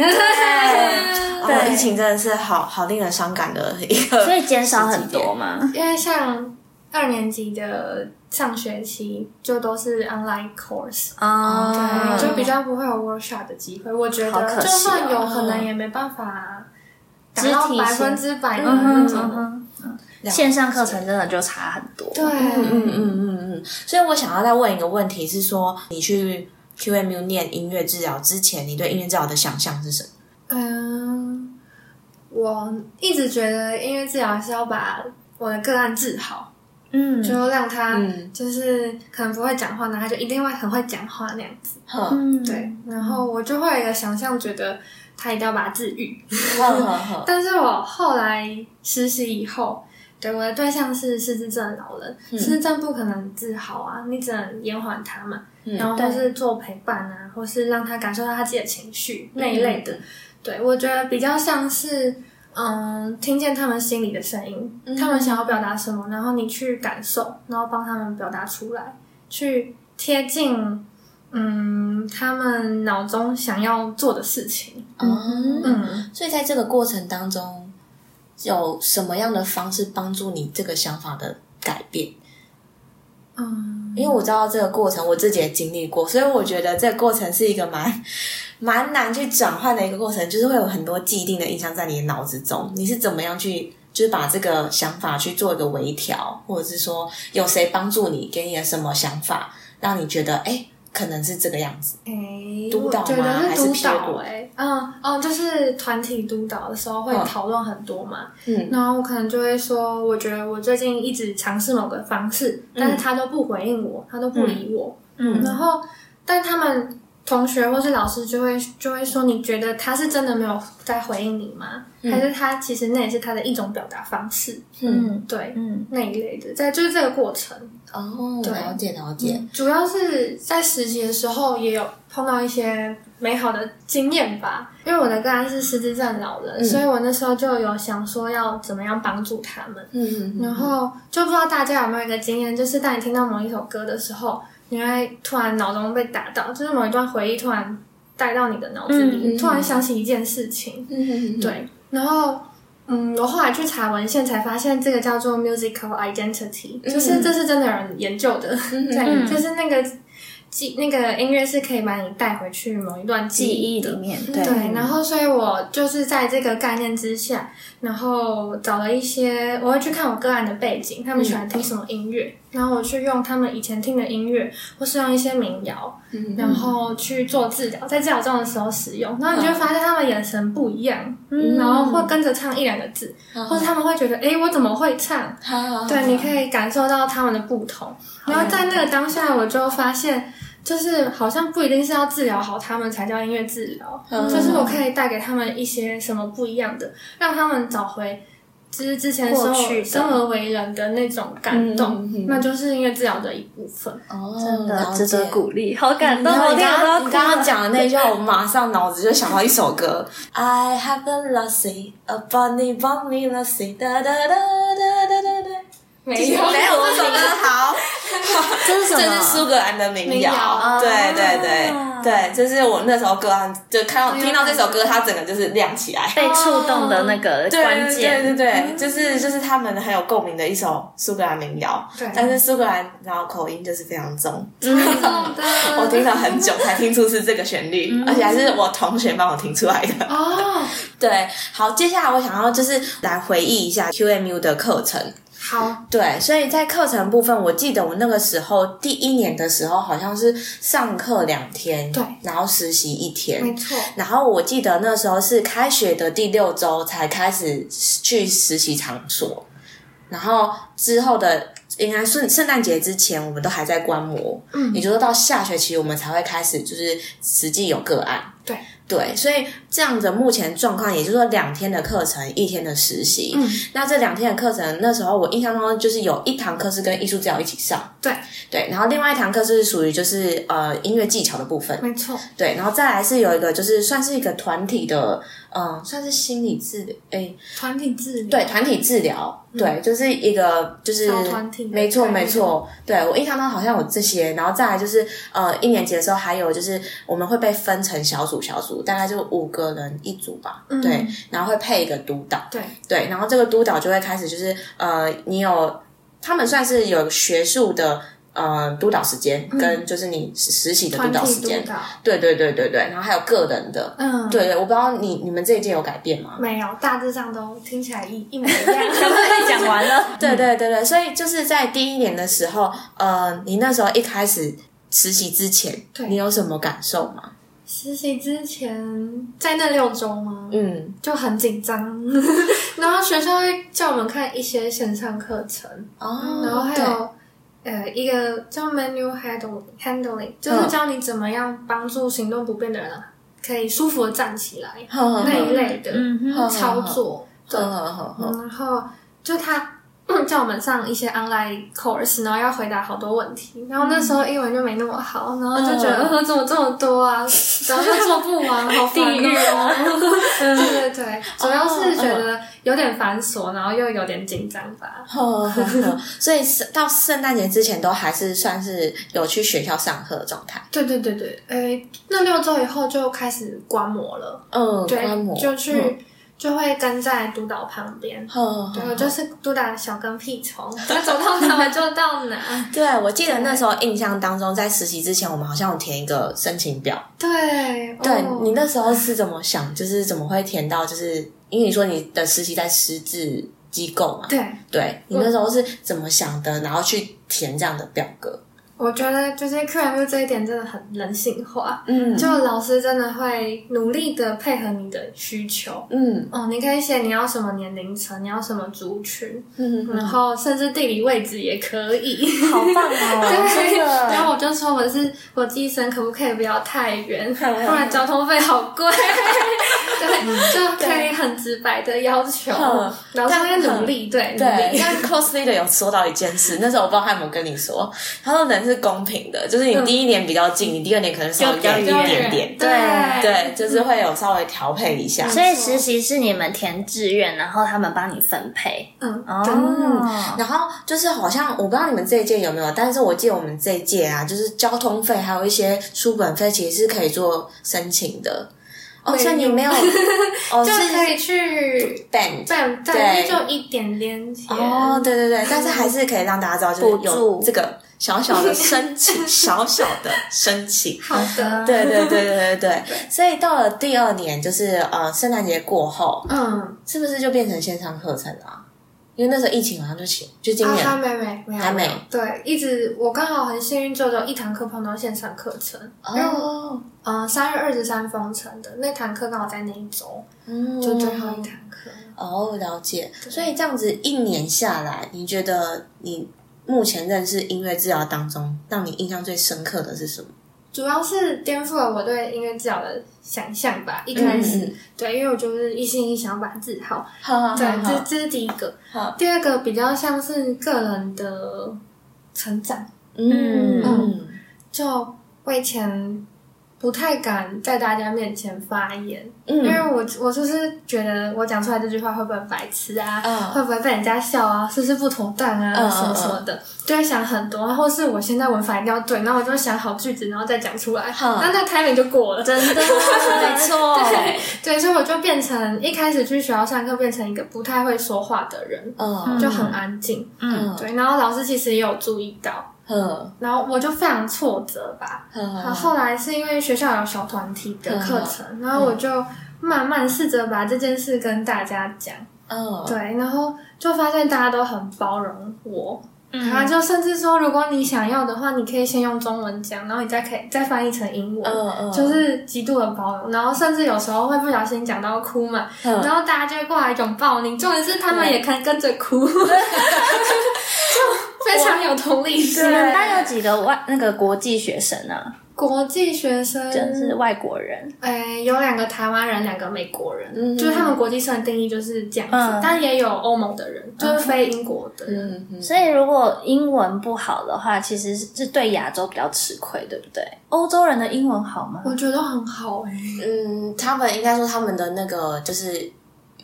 S3: 对
S2: 哦，疫情真的是好好令人伤感的一个，
S1: 所以减少很多嘛。
S3: 因为像二年级的上学期就都是 online course，、
S1: 哦，
S3: 就比较不会有 workshop 的机会。我觉
S1: 好可惜
S3: 得就
S1: 哦
S3: 算有可能也没百分之百达
S1: 肢
S3: 到
S1: 体性
S3: 百分之百的
S1: 嗯
S3: 那
S1: 哼
S3: 种。
S1: 嗯哼线上课程真的就差很多。
S3: 对，
S2: 嗯嗯嗯嗯，所以我想要再问一个问题，是说你去 QMU 念音乐治疗之前，你对音乐治疗的想象是什么？
S3: 嗯，我一直觉得音乐治疗是要把我的个案治好，
S1: 嗯，
S3: 就让他
S2: 嗯
S3: 就是可能不会讲话，然后他就一定会很会讲话那样子。
S2: 哼
S1: 嗯
S3: 对，然后我就会有一个想象，觉得他一定要把他治愈。
S2: 哼
S1: 嗯
S2: 哼哼，
S3: 但是我后来实习以后，对我的对象是失智症的老人，
S2: 嗯
S3: 失智症不可能治好啊，你只能延缓他嘛，
S2: 嗯
S3: 然后或是做陪伴啊，或是让他感受到他自己的情绪、
S2: 嗯
S3: 那一类的。对我觉得比较像是，嗯，听见他们心里的声音，
S2: 嗯
S3: 他们想要表达什么，然后你去感受，然后帮他们表达出来，去贴近。嗯，他们脑中想要做的事情，
S2: 嗯
S3: 嗯，
S2: 所以在这个过程当中，有什么样的方式帮助你这个想法的改变？
S3: 嗯，
S2: 因为我知道这个过程，我自己也经历过，所以我觉得这个过程是一个蛮蛮难去转换的一个过程，就是会有很多既定的印象在你的脑子中。你是怎么样去，就是把这个想法去做一个微调，或者是说有谁帮助你，给你了什么想法，让你觉得哎，诶可能是这个样子？
S3: 诶
S2: 督导
S3: 我觉
S2: 吗
S3: 得
S2: 还
S3: 是
S2: 是
S3: 督
S2: 屁股
S3: 导哎、嗯哦，就是团体督导的时候会
S2: 嗯
S3: 讨论很多嘛，
S2: 嗯
S3: 然后我可能就会说，我觉得我最近一直尝试某个方式，
S2: 嗯
S3: 但是他都不回应我，他都不理我，
S1: 嗯
S3: 然后但他们同学或是老师就会就会说，你觉得他是真的没有在回应你吗？
S2: 嗯
S3: 还是他其实那也是他的一种表达方式？
S1: 嗯
S3: 对，
S1: 嗯
S3: 那一类的，在就是这个过程，
S2: 哦，了解了解，
S3: 主要是在实习的时候也有碰到一些美好的经验吧，因为我的个案是失智症老人，
S2: 嗯
S3: 所以我那时候就有想说要怎么样帮助他们，
S2: 嗯嗯
S3: 然后就不知道大家有没有一个经验，就是当你听到某一首歌的时候，你会突然脑中被打到，就是某一段回忆突然带到你的脑子里，
S2: 嗯嗯
S3: 突然想起一件事情，
S2: 嗯，
S3: 对，然后。嗯，我后来去查文献才发现，这个叫做 musical identity，、就是这是真的有人研究的， 对，就是那个记那个音乐是可以把你带回去某一段记
S1: 记忆
S3: 忆的
S1: 里。面
S2: 对
S1: 对
S3: 对，然后所以我就是在这个概念之下，然后找了一些，我会去看我个案的背景，他们喜欢听什么音乐，然后我去用他们以前听的音乐，或是用一些民谣，然后去做治疗，在治疗中的时候使用，然后你就会发现他们眼神不一样，
S2: 嗯
S3: 然后会跟着唱一两个字，或者他们会觉得，哎，我怎么会唱？
S2: 嗯好，
S3: 对，你可以感受到他们的不同。然后在那个当下，我就发现，就是好像不一定是要治疗好他们才叫音乐治疗，
S2: 嗯
S3: 就是我可以带给他们一些什么不一样的，让他们找回。就是之前生
S1: 过去
S3: 活
S1: 的
S3: 生而为人的那种感动，
S2: 嗯嗯嗯
S3: 那就是音乐治疗的一部分。
S2: 哦，
S1: 真
S2: 了
S1: 的
S2: 解
S1: 值得鼓励，好感动，
S2: 嗯然后
S1: 我
S2: 你
S1: 听
S2: 刚
S1: 了都要
S2: 刚
S1: 哭
S2: 你刚刚
S1: 了
S2: 讲的那一句话，我马上脑子就想到一首歌，I have a lassie, a bunny, bunny lassie，哒哒哒哒哒哒哒。
S3: 没有
S2: 哎没有这首歌 好，
S1: 这是什
S2: 这
S1: 么？
S2: 是苏格兰的民
S3: 民
S2: 谣啊
S3: 谣，
S2: 对对对对，就是我那时候歌啊，就看到听到这首歌，它整个就是亮起来。嗯
S1: 被触动的那个
S2: 哦对
S1: 关键，
S2: 对对对，对就是就是他们很有共鸣的一首苏格兰民谣，
S3: 对
S2: 但是苏格兰然后口音就是非常重， 我
S3: 我
S2: 听了很久才听出是这个旋律，而且还是我同学帮我听出来的。
S3: 哦，
S2: 对，好，接下来我想要就是来回忆一下 QMU 的课程。
S3: 好，
S2: 对，所以在课程部分，我记得我那个时候第一年的时候，好像是上课两天，
S3: 对
S2: 然后实习一天，
S3: 没错，
S2: 然后我记得那时候是开学的第六周才开始去实习场所，然后之后的应该圣圣诞节之前，我们都还在观摩，嗯，也就是说到下学期我们才会开始就是实际有个案，
S3: 对
S2: 对，所以这样的目前状况，也就是说两天的课程，一天的实习，嗯，那这两天的课程，那时候我印象中就是有一堂课是跟艺术治疗一起上，
S3: 对，
S2: 对，然后另外一堂课是属于就是呃音乐技巧的部分，
S3: 没错，
S2: 对，然后再来是有一个，就是算是一个团体的，嗯，算是心理治疗，哎，
S3: 团体治疗，
S2: 对，团体治疗，对，就是一个就是
S3: 小嗯团体的
S2: 没错
S3: 概念
S2: 没错，对我印象中好像有这些，然后再来就是呃一年级的时候还有就是我们会被分成小组小组，大概就五个人一组吧，对，然后会配一个督导，
S3: 嗯对，
S2: 对，然后这个督导就会开始就是呃，你有他们算是有学术的。呃督导时间跟就是你实实习的督
S3: 嗯团
S2: 导
S3: 体
S2: 时间
S3: 督，导，
S2: 对对对对对，然后还有个人的，
S3: 嗯，
S2: 对，我不知道你你们这一届有改变吗？
S3: 没有，大致上都听起来一一模一样。
S1: 刚 刚已经讲完了，
S2: 对对对对，所以就是在第一年的时候，呃，你那时候一开始实习之前，
S3: 对
S2: 你有什么感受吗？
S3: 实习之前在那六周吗？
S2: 嗯，
S3: 就很紧张， 然后学校会叫我们看一些线上课程，
S2: 哦
S3: 然后还
S2: 对嗯
S3: 有呃一个叫 menu handling handling，就是教你怎么样帮助行动不便的人、啊、可以舒服的站起来
S2: 哼哼
S3: 那一
S2: 哼
S3: 类的
S1: 嗯哼，
S3: 操作，对，
S2: 哼哼哼哼
S3: 然后就他 叫我们上一些 online course，然后要回答好多问题，然后那时候英文就没那么好，然后就觉得
S2: 嗯
S3: 呃 怎么这么多啊，然后又做不完，好烦
S1: 地狱
S3: 哦
S1: 啊。
S3: 对 对对，主要是觉得有点繁琐，然后又有点紧张吧。
S2: 哼哼 哼所以是到圣诞节之前都还是算是有去学校上课的状态，
S3: 对对对对，诶，哎那六周以后就开始观摩了，
S2: 嗯，观摩
S3: 对，就去、
S2: 嗯哦
S3: 就会跟在督导旁边。
S2: 哼
S3: 对，
S2: 哼
S3: 我就是督导的小跟屁虫，他走到哪我就到哪。
S2: 对，我记得那时候印象当中，在实习之前，我们好像有填一个申请表。
S3: 对，
S2: 对、
S3: 哦
S2: 你那时候是怎么想？就是怎么会填到？就是因为你说你的实习在师资机构嘛，
S3: 对，
S2: 对你那时候是怎么想的？然后去填这样的表格？
S3: 我觉得就是 QMU 这一点真的很人性化，
S2: 嗯
S3: 就老师真的会努力的配合你的需求。
S2: 嗯
S3: 哦，你可以写你要什么年龄层，你要什么族群，
S2: 嗯，
S3: 然后甚至地理位置也可以。
S1: 好棒哦，
S3: 对，
S1: 真
S3: 然
S1: 的。
S3: 后我就说我是国际生，可不可以不要太远，不然交通费好贵。 对，就可以很直白的要求
S2: 嗯，
S3: 老师会
S2: 但很
S3: 努力，对，努
S2: 对，
S3: 力。
S2: 但 cos leader 有说到一件事，那时候我不知道他有没有跟你说，他说人是公平的，就是你第一年比较近，你第二年可能稍微
S1: 就比较
S2: 远一
S1: 远
S2: 嗯点点，
S3: 对
S2: 对，就是会有稍微调配一下。
S1: 所以实习是你们填志愿，然后他们帮你分配。
S3: 嗯，对，
S1: 哦，
S2: 然后就是好像我不知道你们这一届有没有，但是我记得我们这一届啊，就是交通费还有一些书本费，其实是可以做申请的。哦，
S3: 没有
S2: 所以你没有， 哦，
S3: 就是可以去
S2: band。
S3: 办，但
S2: 对
S3: 是就一点点钱。
S2: 哦，对对对，但是还是可以让大家知道，就
S1: 补
S2: 是
S1: 助
S2: 有这个小小的申请，小小的申请。
S3: 好的，
S2: 对对对对对对，所以到了第二年，就是呃圣诞节过后，
S3: 嗯，
S2: 是不是就变成线上课程了啊？因为那时候疫情好像就起，就今
S3: 啊，
S2: 年、
S3: 还没没没有
S2: 还没
S3: 有对，一直我刚好很幸运，就只有一堂课碰到线上课程，因为我
S2: 哦，
S3: 嗯三月二十三封城的那堂课刚好在那一周，
S2: 嗯，
S3: 就最后一堂课。
S2: 哦，了解。所以这样子一年下来，你觉得你目前认识音乐治疗当中，让你印象最深刻的是什么？
S3: 主要是颠覆了我对音乐治疗的想象吧。一开始，
S2: 嗯
S3: 对，因为我就是一心一意想要把它治好。
S2: 好好
S3: 对，这这是第一个
S2: 好。
S3: 第二个比较像是个人的成长，
S2: 嗯嗯
S1: 嗯
S3: 就我以前不太敢在大家面前发言，因为
S2: 嗯
S3: 我我就是觉得我讲出来这句话会不会白痴啊，
S2: 嗯
S3: 会不会被人家笑啊，是不是不妥当啊，
S2: 嗯嗯
S3: 什么什么的，就会想很多。然后是我现在文法一定要对，然后我就会想好句子，然后再讲出来，
S2: 嗯啊
S3: 那那 timing 就过了。
S1: 真的，
S2: 没错，
S3: 对 对，所以我就变成一开始去学校上课，变成一个不太会说话的人，
S2: 嗯
S3: 就很安静。
S1: 嗯，
S3: 对，然后老师其实也有注意到，
S2: 嗯
S3: 然后我就非常挫折吧，然后
S2: 嗯，
S3: 后来是因为学校有小团体的课程，然后我就慢慢试着把这件事跟大家讲，
S2: 嗯，
S3: 对，然后就发现大家都很包容我，
S1: 嗯
S3: 然后就甚至说，如果你想要的话，你可以先用中文讲，然后你再可以再翻译成英文。
S2: 嗯嗯，
S3: 就是极度的包容，然后甚至有时候会不小心讲到哭嘛，
S2: 嗯
S3: 然后大家就会过来拥抱你，重点是他们也可以跟着哭，就非常有同理心
S1: 你。们班有几个外那个国际学生啊？
S3: 国际学生
S1: 就是外国人，
S3: 诶，哎有两个台湾人，两个美国人，
S2: 嗯
S3: 就是他们国际生的定义就是这样子，
S1: 嗯
S3: 但也有欧盟的人，就是非英国的人。
S2: 嗯嗯，
S1: 所以如果英文不好的话，其实是是对亚洲比较吃亏，对不对？欧洲人的英文好吗？
S3: 我觉得很好诶，哎
S2: 嗯，他们应该说他们的那个就是。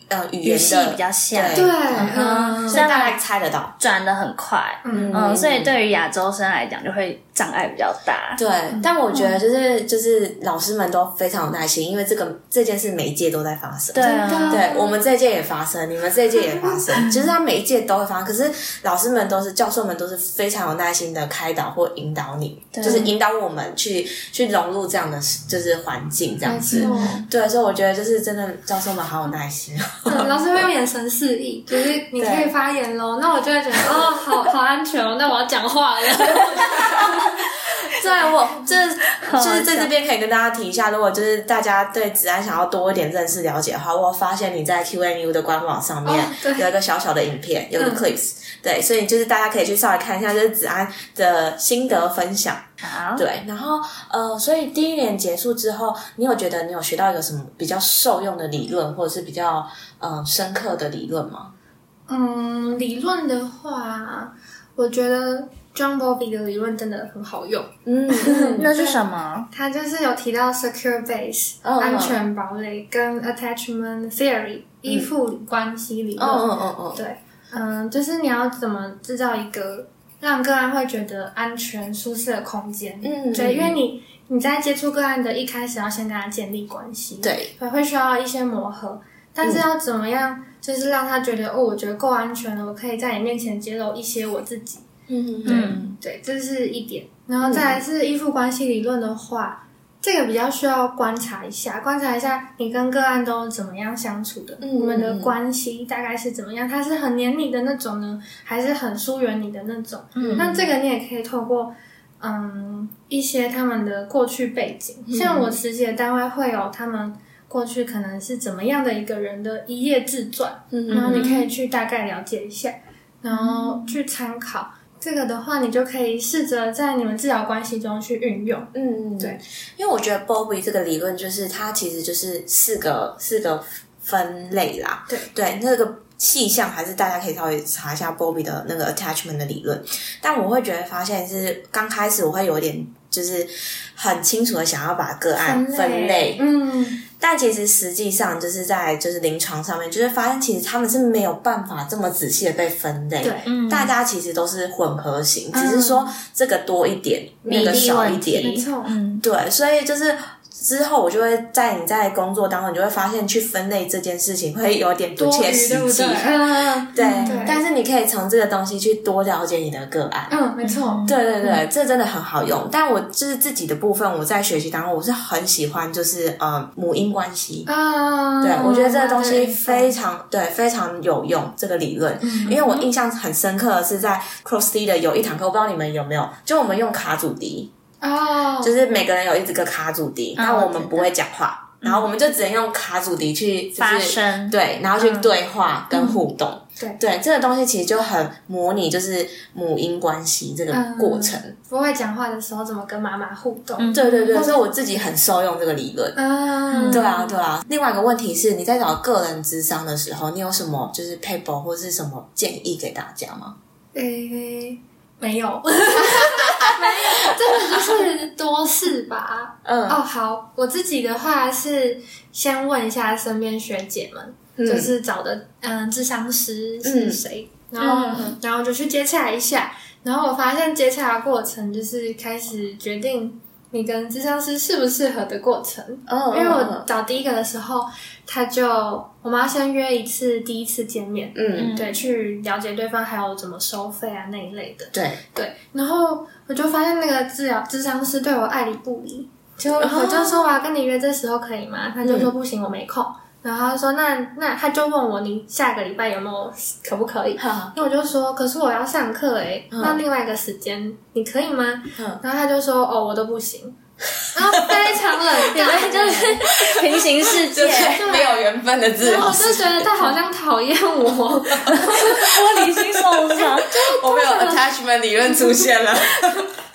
S2: 呃语
S1: 语
S2: 言
S1: 系
S2: 的
S1: 比较像，
S2: 对
S3: 对，
S1: 嗯
S3: 嗯，
S2: 所以大概猜得到。
S1: 转的很快，
S3: 嗯
S1: 嗯，所以对于亚洲生来讲，就会障碍比较大。
S2: 对，但我觉得就是就是老师们都非常有耐心，因为这个这件事每一届都在发生。
S1: 对啊
S3: 真的
S2: 对我们这一届也发生，你们这一届也发生，其实它每一届都会发生。可是老师们都是教授们都是非常有耐心的开导或引导你，就是引导我们去去融入这样的就是环境这样
S3: 没
S2: 子。
S3: 错。
S2: 对，所以我觉得就是真的教授们好有耐心。啊
S3: 嗯，老师会用眼神示意，就是你可以发言喽。那我就会觉得哦，好好安全哦，那我要讲话了。
S2: 对，我这就是在这边可以跟大家提一下，如果就是大家对子安想要多一点认识了解的话，我有发现你在 QNU 的官网上 面
S3: 哦对
S2: 有一个小小的影片，有一个 clips，、对，所以就是大家可以去稍微看一下，就是子安的心得分享。
S1: 好，
S2: 对，然后呃，所以第一年结束之后，你有觉得你有学到一个什么比较受用的理论，或者是比较呃深刻的理论吗？
S3: 嗯，理论的话，我觉得 John Bowlby 的理论真的很好用。
S2: 嗯，
S1: 那是什么？
S3: 他就是有提到 secure base、
S2: 嗯
S3: 安全堡垒跟 attachment theory 依附关系理
S2: 嗯
S3: 论。
S2: 嗯嗯嗯，
S3: 对，嗯，就是你要怎么制造一个让个案会觉得安全、舒适的空间。
S2: 嗯
S3: 对，因为你你在接触个案的一开始，要先跟他建立关系，，
S2: 对，
S3: 会需要一些磨合，但是要怎么样，就是让他觉得哦，我觉得够安全了，我可以在你面前揭露一些我自己。
S2: 嗯
S1: 嗯，
S3: 对，这是一点。然后再来是依附关系理论的话，这个比较需要观察一下，观察一下你跟个案都怎么样相处的，
S2: 嗯
S3: 你们的关系大概是怎么样？他是很黏你的那种呢，还是很疏远你的那种？
S1: 嗯
S3: 那这个你也可以透过。嗯，一些他们的过去背景，
S1: 嗯
S3: 像我实习的单位会有他们过去可能是怎么样的一个人的一页自传，
S2: 嗯
S3: 然后你可以去大概了解一下，然后去参考。这个的话，你就可以试着在你们治疗关系中去运用。
S2: 嗯，
S3: 对，
S2: 因为我觉得 Bobby 这个理论就是它其实就是四个四个分类啦，
S3: 对
S2: 对，那个细项还是大家可以稍微查一下 Bobby 的那个 attachment 的理论，但我会觉得发现是刚开始我会有点就是很清楚的想要把个案分类，
S3: 嗯，
S2: 但其实实际上就是在就是临床上面，就是发现其实他们是没有办法这么仔细的被分类，
S3: 对
S1: 嗯
S2: 大家其实都是混合型，
S3: 嗯
S2: 只是说这个多一点，那
S1: 比
S2: 个
S1: 例
S2: 少一
S1: 问
S2: 点，
S3: 没
S1: 题
S3: 错，
S1: 嗯，
S2: 对，所以就是之后我就会在你在工作当中，你就会发现去分类这件事情会有点不
S3: 多
S2: 切
S3: 余，对
S2: 实
S3: 不
S2: 际
S3: 对？。嗯，
S2: 对
S3: 对，
S2: 但是你可以从这个东西去多了解你的个案。
S3: 嗯，没错，
S2: 对对
S3: 嗯
S2: 对，这真的很好用。但我就是自己的部分，我在学习当中，我是很喜欢，就是呃母婴关系。
S3: 啊，
S2: 对，我觉得这个东西
S3: 对嗯
S2: 非常对，非常有用这个理论。因为我印象很深刻的是在 Cross D 的有一堂课，我不知道你们有没有，就我们用卡祖笛，
S3: 哦，
S2: 就是每个人有一整个卡祖笛，但我们不会讲话，然后我们就只能用卡祖笛去、就是、
S1: 发声
S2: 对，然后去对话跟互动。
S3: 对
S2: 对，这个东西其实就很模拟，就是母婴关系这个过程。
S3: 不会讲话的时候怎么跟妈妈互动？
S1: 嗯
S2: 对对对，所以我自己很受用这个理论。
S3: 嗯，
S2: 对啊，对啊。另外一个问题是，你在找个人智商的时候，你有什么就是 paper 或是什么建议给大家吗？
S3: 诶，没 有，没有，真的就是多试吧。
S2: 嗯
S3: 哦，好，我自己的话是先问一下身边学姐们，
S2: 嗯
S3: 就是找的嗯，智商师是谁，然后、
S2: 嗯
S3: 然后就去接洽一下，然后我发现接洽的过程就是开始决定你跟智商师适不适合的过程。
S2: 嗯，
S3: 因为我找第一个的时候，他就我们要先约一次第一次见面，
S2: 嗯，
S3: 对，去了解对方还有怎么收费啊那一类的。
S2: 对，
S3: 对，然后我就发现那个治疗智商师对我爱理不理，就我就说我要跟你约这时候可以吗？他就说不行，我没空。然后他就说那那他就问我你下个礼拜有没有可不可以？
S2: 哈，
S3: 那我就说可是我要上课哎、那另外一个时间你可以吗？
S2: 嗯
S3: 然后他就说哦我都不行，然后非常冷淡，就是。
S1: 平行世界，
S2: 没有缘分的治
S3: 然
S2: 疗
S3: 后我
S2: 师
S3: 就觉得他好像讨厌我，
S1: 玻璃心受 伤，
S2: 我们有 attachment 理论出现了。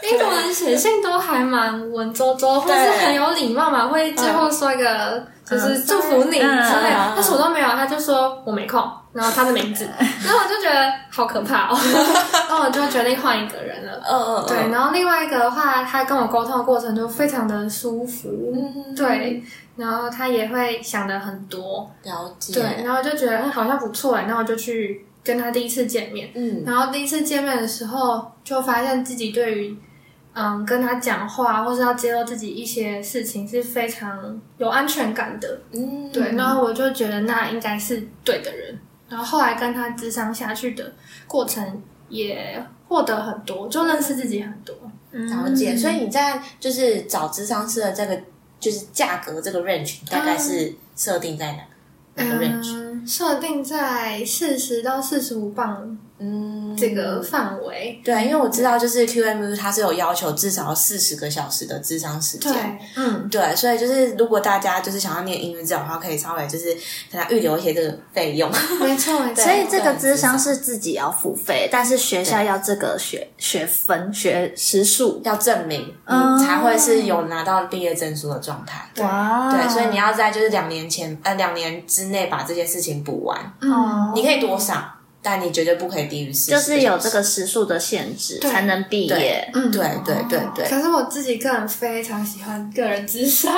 S3: 英国人写信都还蛮文绉绉，或是很有礼貌嘛，会最后说一个就是祝福你之类
S1: 嗯
S3: 的。他什么都没有，他就说我没空，然后他的 名字，然后我就觉得好可怕哦，然后我就决定换一个人了。
S2: 嗯嗯，
S3: 对，然后另外一个的话，他跟我沟通的过程就非常的舒服，
S1: 嗯
S3: 对，然后他也会想的很多，
S2: 了解。
S3: 对，然后就觉得、嗯、好像不错哎，然后我就去跟他第一次见面，
S2: 嗯
S3: 然后第一次见面的时候，就发现自己对于嗯跟他讲话，或是要揭露自己一些事情是非常有安全感的。
S2: 嗯，
S3: 对，然后我就觉得那应该是对的人。然后后来跟他智商下去的过程也获得很多，就认识自己很多。
S2: 了解。
S3: 嗯
S2: 所以你在就是找智商师的这个就是价格这个 range 大概是设定在哪、哪个 range？
S3: 嗯，设定在四十到四十五磅
S2: 嗯，
S3: 这个范围。
S2: 对，啊因为我知道就是 QMU 它是有要求至少四十个小时的智商时
S3: 对
S2: 间。，
S1: 嗯，
S2: 对，所以就是如果大家就是想要念音乐治疗的话，可以稍微就是给他预留一些这个费用。
S3: 没错，没错。
S1: 所以这个
S2: 对
S1: 智商是自己要付费，但是学校要这个学学分、学时数。
S2: 要证明
S1: 嗯
S2: 你才会是有拿到毕业证书的状态。
S1: 哇
S2: 对，所以你要在就是两年前呃两年之内把这些事情补完，
S1: 哦
S3: 嗯，
S2: 你可以多少，但你绝对不可以低于四
S1: 就
S2: 十。
S1: 是有这个嗯时数的限制
S3: 对
S1: 才能毕业。
S2: 对，对对对对
S3: 可是我自己个人非常喜欢个人智商，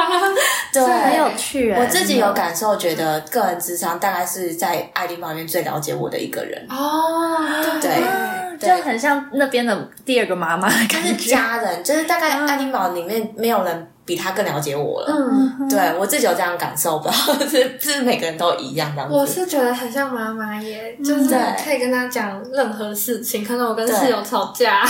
S2: 对，
S1: 很有趣、欸。
S2: 我自己有感受，觉得个人智商大概是在爱丁堡里面最了解我的一个人，
S3: 哦，
S2: 对
S1: 啊就
S2: 对
S1: 很像那边的第二个妈妈的
S2: 但
S1: 感
S2: 是
S1: 觉。嗯
S2: 家人，就是大概爱丁堡里面没有人比他更了解我了。
S3: 嗯，
S2: 对我自己有这样的感受，不知道 是是每个人都一样这样子。
S3: 我是觉得很像妈妈耶，就是
S2: 嗯对
S3: 可以跟她讲任何事情，可能我跟室友 吵架，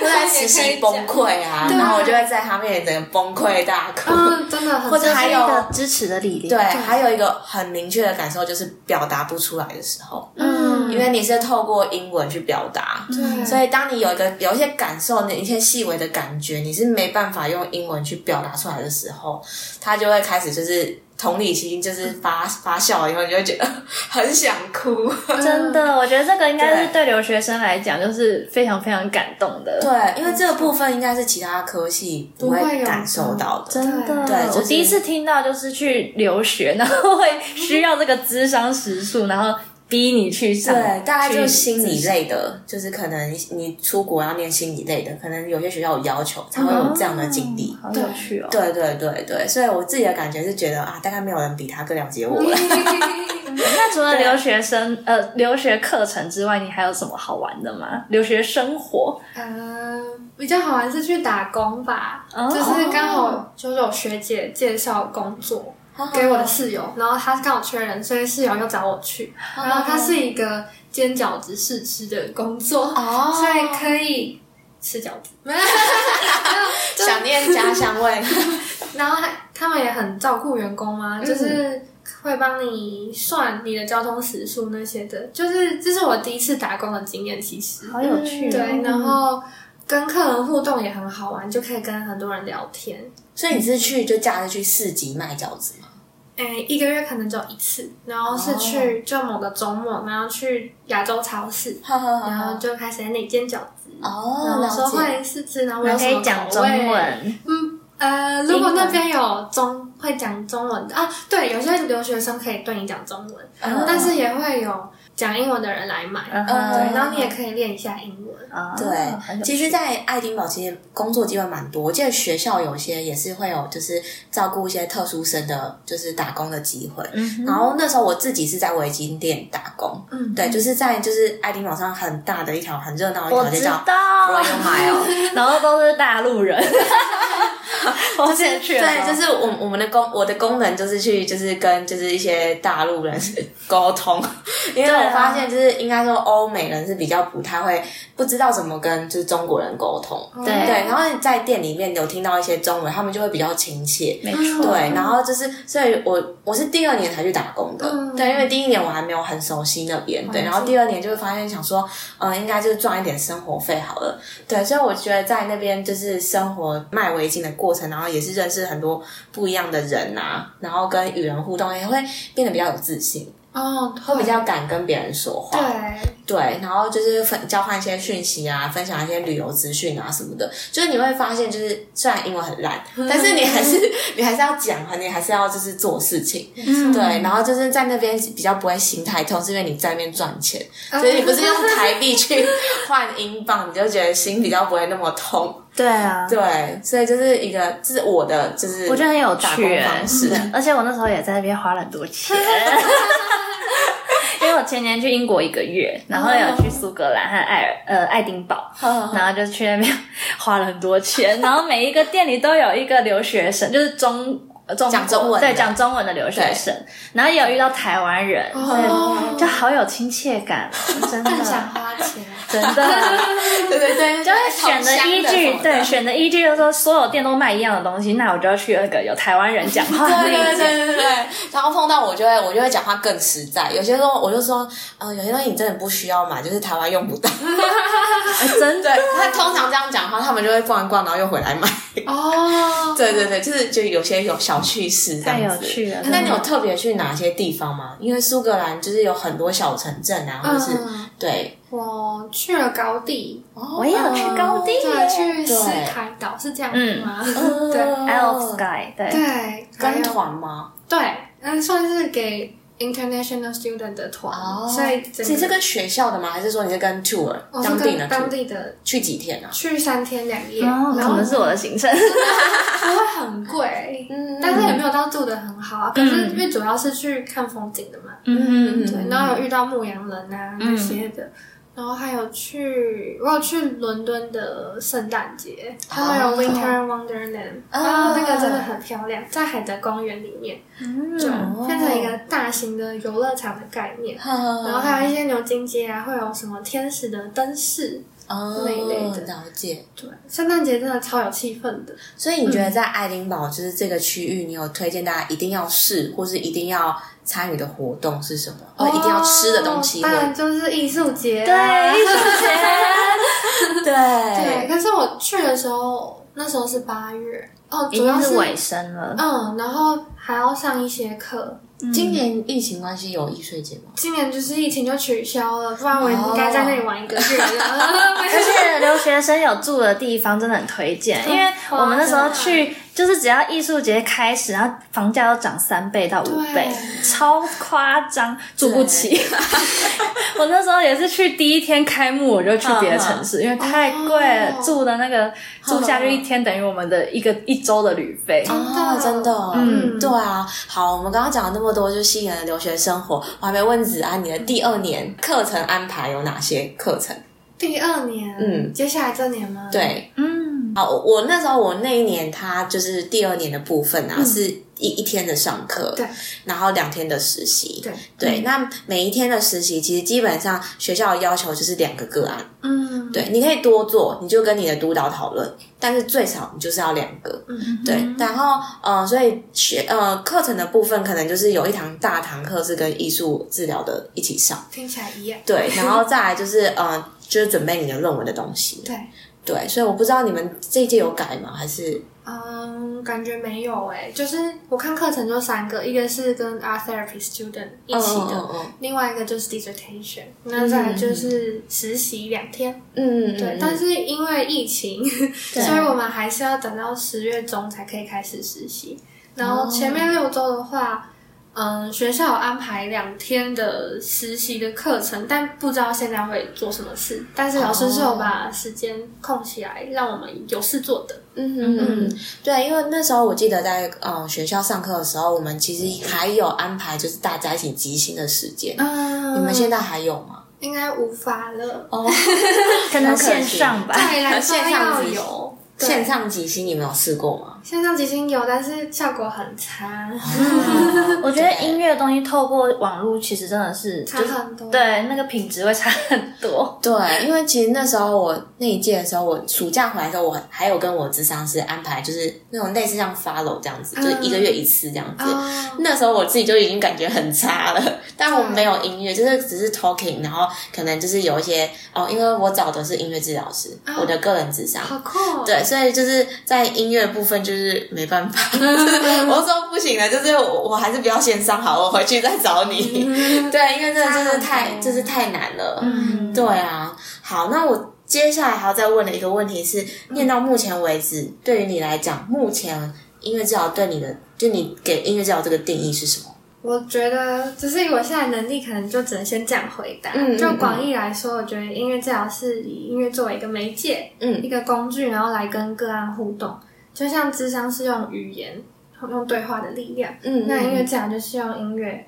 S2: 会在实习崩溃啊，然后我就会在他面前整个崩溃大哭。
S3: 嗯，真的很
S2: 或者还有
S1: 一个支持的力
S2: 对，
S1: 量。
S2: 还有一个很明确的感受就是表达不出来的时候，
S3: 嗯，
S2: 因为你是透过英文去表达，
S3: 对，
S2: 所
S3: 以
S2: 以当你有一个有一些感受，你一些细微的感觉，你是没办法用英文去表达出来的时候，他就会开始就是同理心就是发 发酵了以后，你就会觉得很想哭。
S1: 真
S2: 嗯
S1: 的，我觉得这个应该是对留学生来讲，就是非常非常感动的。
S2: 对，因为这个部分应该是其他科系不
S3: 不会
S2: 会
S3: 有
S2: 感受到的。
S1: 真的，
S2: 对就是
S1: 我第一次听到就是去留学， 然后会需要这个智商时数，然后逼你去上，
S2: 对，大概就
S1: 去
S2: 是心理类的，就是可能你出国要念心理类的，可能有些学校有要求才会有这样的经历。
S1: 好有趣哦。
S2: 对对对对，所以我自己的感觉是觉得啊，大概没有人比他更了 解我了。
S1: 那 除了留学生呃留学课程之外，你还有什么好玩的吗？留学生活
S3: 呃，比较好玩是去打工吧，
S1: 哦
S3: 就是刚好就有学姐介绍工作。
S2: 哦
S3: 给我的室友，然后他刚好缺人，所以室友又找我去。
S2: 哦
S3: 然后他是一个煎饺子试吃的工作，
S2: 哦
S3: 所以可以吃饺子。没有就是
S2: 想念家乡味，
S3: 然后他他们也很照顾员工嘛，就是会帮你算你的交通时数那些的，就是这是我第一次打工的经验，其实
S1: 好有趣、哦
S3: 嗯对，然后跟客人互动也很好玩，就可以跟很多人聊天。
S2: 所以你是去就假日去市集卖饺子吗？
S3: 诶，一个月可能只有一次，然后是去就某个周末，然后去亚洲超市，
S2: 哈哈
S3: 然后就开始在那里煎饺子，然
S2: 哦，
S3: 后说欢
S2: 了解。
S3: 迎试吃，然后我
S1: 我
S3: 有
S1: 们嗯可
S3: 什
S1: 以
S3: 么
S1: 讲
S3: 口
S1: 中
S3: 味
S1: 文，
S3: 嗯，呃，如果那边有中会讲中文的啊，对，有些留学生可以对你讲中文，
S1: 哦
S2: 嗯
S3: 但是也会有讲英文的人来买，
S1: 嗯
S3: 对，
S1: 哼
S3: 然后你也可以练一下英文。
S1: 啊，很
S2: 对，
S1: 有
S2: 其实，在爱丁堡其实工作机会蛮多。我记得学校有些也是会有，就是照顾一些特殊生的，就是打工的机会。
S1: 嗯
S2: 然后那时候我自己是在围巾店打工，
S3: 嗯
S2: 对，就是在就是爱丁堡上很大的一条很热闹的一
S1: 我哦
S2: 条街
S1: 知
S2: 叫
S1: 道
S2: Royal Mile，
S1: 然后都是大陆人，我之前去了，
S2: 对，就是我我们的功我的功能就是去就是跟就是一些大陆人 沟通，因为
S1: 对啊
S2: 我发现就是应该说欧美人是比较不太会不知道怎么跟就是中国人沟通，
S1: 对
S2: 对，然后在店里面有听到一些中文，他们就会比较亲切，
S1: 没错，
S2: 对，然后就是，所以我我是第二年才去打工的，
S3: 嗯
S2: 对，因为第一年我还没有很熟悉那边，对，
S3: 嗯
S2: 然后第二年就会发现想说，嗯、应该就是赚一点生活费好了，对，所以我觉得在那边就是生活卖围巾的过程，然后也是认识很多不一样的人啊，然后跟与人互动也会变得比较有自信，
S3: 哦，
S2: 会比较敢跟别人说话。
S3: 对，
S2: 对，然后就是分交换一些讯息啊，分享一些旅游资讯啊什么的。就是你会发现，就是虽然英文 很烂，但是你还是 你还是要讲啊，你还是要就是做事情。
S3: 嗯
S2: 对，然后就是在那边比较不会心太痛，是因为你在那边赚钱，
S3: 啊
S1: 啊
S2: 所以你不是用台币去换英镑，你就觉得心比较不会那么 痛。
S1: 对啊，
S2: 对，所以就是一个，这是我的，就是
S1: 我觉得很有趣
S2: 打工
S1: 欸
S2: 方式。
S1: 而且我那时候也在那边花了很多钱。因为我前年去英国一个月，然后有去苏格兰和爱尔呃爱丁堡，然后就去那边 花了很多钱，然后每一个店里都有一个留学生，就是中呃中
S2: 讲中文的
S1: 对讲中文的留学生，然后也有遇到台湾人，
S3: 哦
S1: 对就好有亲切感，真的
S3: 更想花 钱。
S1: 真的。
S2: 对对对，
S1: 就
S2: 就
S1: 是 选的依据，对，选的依据就是说所有店都卖一样的东西，那我就要去那个有台湾人讲话的
S2: 对
S1: 那
S2: 对
S1: 一间。
S2: 对对对，然后碰到我就会我就会讲话更实在，有些时候我就说，嗯、有些东西你真的不需要买，就是台湾用 不到。
S1: 哎真
S2: 对
S1: 的，
S2: 他通常这样讲话，他们就会逛一逛，然后又回来 买。
S3: 哦，
S2: 对对对，就是就有些有小趣事这
S1: 太
S2: 样
S1: 有
S2: 子。
S1: 趣了。
S2: 那
S1: 真
S2: 你
S1: 的
S2: 有特别去哪些地方吗？因为苏格兰就是有很多小城镇啊，或者是、
S3: 嗯
S2: 对，哦
S3: 我去了高地，
S2: 我
S1: 我也有去高地
S3: 对，
S2: 对
S3: 去斯凯岛是这样子吗？对
S2: 对
S1: Isle of Sky，对，
S3: 对，还
S2: 嗯跟
S3: 有
S2: 团吗？
S3: 对，嗯，算是给 international student 的团，
S2: 哦
S3: 所以整
S2: 你是
S3: 个
S2: 跟学校的吗？还是说你是跟 tour
S3: 我哦是
S2: 当地的
S3: 跟
S2: tour？
S3: 当地的
S2: 去几天啊？
S3: 去三天两夜，
S1: 哦，
S3: 然
S1: 可
S3: 后
S1: 能是我的行程。
S3: 不会很贵，
S2: 嗯
S3: 但是也没有到住的很好啊。可是因为主要是去看风景的嘛，
S1: 嗯嗯
S3: 对，然后有遇到牧羊人啊那些的。然后还有去，我有去伦敦的圣诞节，还
S1: 哦
S3: 有 Winter Wonderland，然后那个真的很漂亮，在海德公园里面，对，
S1: 哦
S2: 哦
S3: 变成一个大型的游乐场的概念。然
S2: 然
S3: 后还有一些牛津街啊，会有什么天使的灯饰，
S2: 那
S3: 那一类的
S2: 哦了解。
S3: 对，圣诞节真的超有气氛的。
S2: 所以你觉得在爱丁堡就是这个区域，你有推荐大家一定要试，或是一定要参与的活动是什么？或者一定要吃的东西
S3: 哦当然
S2: 会？
S3: 就是艺术节、啊，
S1: 对，艺术节，
S3: 对。
S2: 对，
S3: 可是我去的时候，那时候是八月，哦，
S1: 已
S3: 主要
S1: 经
S3: 是
S1: 是尾声了。
S3: 嗯，然后还要上一些课。
S2: 嗯今年疫情关系有易碎节吗？
S3: 今年就是疫情就取消了，不然我也应该在那里玩一个月
S2: 哦
S3: 了。
S1: 而且留学生有住的地方真的很推荐，因为我们那时候
S3: 哦
S1: 去，就是只要艺术节开始，然后房价要涨三倍到五倍，
S3: 对
S1: 超夸张，住不起。 我那时候也是去第一天开幕，我就去别的城市，因为太贵了
S3: 嗯哦，
S1: 住的那个住下去一天等于我们的一个一周的旅费。
S2: 哦，真的哦，
S1: 嗯
S2: 对啊。好，我们刚刚讲了那么多，就是西人的留学生活，我还没问子安你的第二年课程安排有哪些课程？
S3: 第二年，
S2: 嗯
S3: 接下来这年吗？，
S2: 对，
S1: 嗯，
S2: 好，我我那时候我那一年，他就是第二年的部分啊，是一一天的上课，
S3: 嗯对，
S2: 然后两天的实习，
S3: 对嗯
S2: 对。那每一天的实习，其实基本上学校的要求就是两个个案，
S3: 嗯，
S2: 对，你可以多做，你就跟你的督导讨论，但是最少你就是要两个，
S3: 嗯，
S2: 对。然后呃，所以学呃课程的部分，可能就是有一堂大堂课是跟艺术治疗的一起上，
S3: 听起来一样。
S2: 对，然后再来就是呃就是准备你的论文的东西，
S3: 对，
S2: 对。所以我不知道你们这一届有改吗？还是？
S3: 嗯，感觉没有诶、就是我看课程就三个，一个是跟 art therapy student 一起
S2: 嗯
S3: 的，
S2: 嗯嗯嗯
S3: 另外一个就是 dissertation，那再来就是实习两天。
S2: 嗯，嗯
S3: 对，
S2: 嗯
S3: 但是因为疫情，所以我们还是要等到十月中才可以开始实习。然后前面六周的话，嗯，学校有安排两天的实习的课程，但不知道现在会做什么事。但是老师是有把时间空起来，让我们有事做的。
S2: 嗯嗯嗯，对，因为那时候我记得在嗯学校上课的时候，我们其实还有安排就是大家一起集训的时间。
S3: 嗯，
S2: 你们现在还有吗？
S3: 应该无法了。
S2: 哦，
S1: 可能线上吧。
S3: 对来说
S2: 线上
S3: 要
S2: 集
S3: 有对
S2: 线上集训你们有试过吗？
S3: 线上集训有，但是效果很差，
S2: 嗯
S1: 我觉得音乐的东西透过网络，其实真的是
S3: 差
S1: 就是
S3: 很多
S1: 对，那个品质会差很多。
S2: 对，因为其实那时候我那一届的时候，我暑假回来的时候，我还有跟我智商师安排，就是那种类似像 follow 这样子，就是一个月一次这样子。
S3: 哦
S2: 那时候我自己就已经感觉很差了， 但我没有音乐，就是只是 talking，然后可能就是有一些哦，因为我找的是音乐治疗师，我的个人智商。
S3: 好酷、哦。
S2: 对，所以就是在音乐部分，就就是没办法，我说不行了，就是我我还是不要线上好了，我回去再找你。对，因为这真的太就是太难了。
S1: 嗯
S2: 对啊，好，那我接下来还要再问的一个问题是，念到目前为止，对于你来讲，目前音乐治疗对你的，就你给音乐治疗这个定义是什么？
S3: 我觉得，只是以我现在能力，可能就只能先这样回答。
S2: 嗯嗯
S3: 就广义来说，我觉得音乐治疗是以音乐作为一个媒介，
S2: 嗯
S3: 一个工具，然后来跟个案互动。就像智商是用语言，用对话的力量，
S2: 嗯
S3: 那音乐治疗就是用音乐。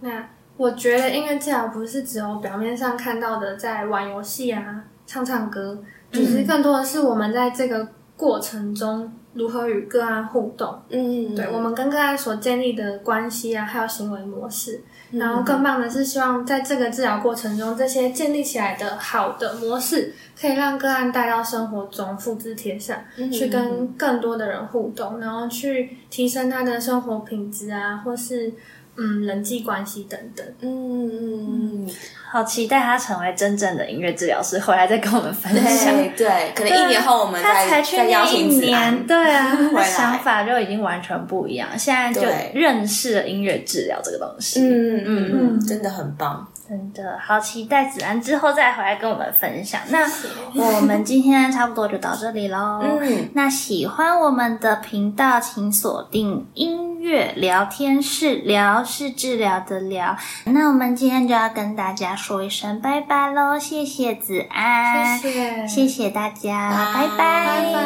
S3: 那我觉得音乐治疗不是只有表面上看到的在玩游戏啊、唱唱歌，只是更多的是我们在这个过程中如何与个案互动。
S2: 嗯，
S3: 对我们跟个案所建立的关系啊，还有行为模式。
S2: 嗯
S3: 然后更棒的是，希望在这个治疗过程中，这些建立起来的好的模式，可以让个案带到生活中复制贴上，去跟更多的人互动，然后去提升他的生活品质啊，或是嗯人际关系等等。
S2: 嗯嗯嗯，
S1: 好期待他成为真正的音乐治疗师，回来再跟我们分享。
S2: 对对，可能一年后我们
S1: 他
S2: 再
S1: 才去
S2: 再邀
S1: 念一
S2: 请子
S1: 年，
S2: 安。
S1: 对啊，他
S2: 来
S1: 的想法就已经完全不一样。现在就
S2: 对
S1: 认识了音乐治疗这个东西，
S2: 嗯嗯嗯，
S3: 嗯
S2: 真的很棒。
S1: 真的好期待子安之后再回来跟我们分享。那我们今天差不多就到这里喽。
S2: 嗯，
S1: 那喜欢我们的频道，请锁定音乐聊天室，聊是治疗的聊。那我们今天就要跟大家说一声拜拜喽，谢谢子安，
S3: 谢谢，
S1: 谢谢大家，
S2: 拜
S1: 拜
S3: 拜
S1: 拜
S3: 拜。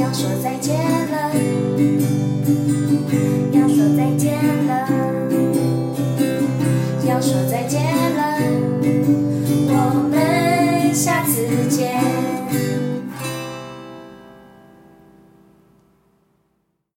S2: 要说再见。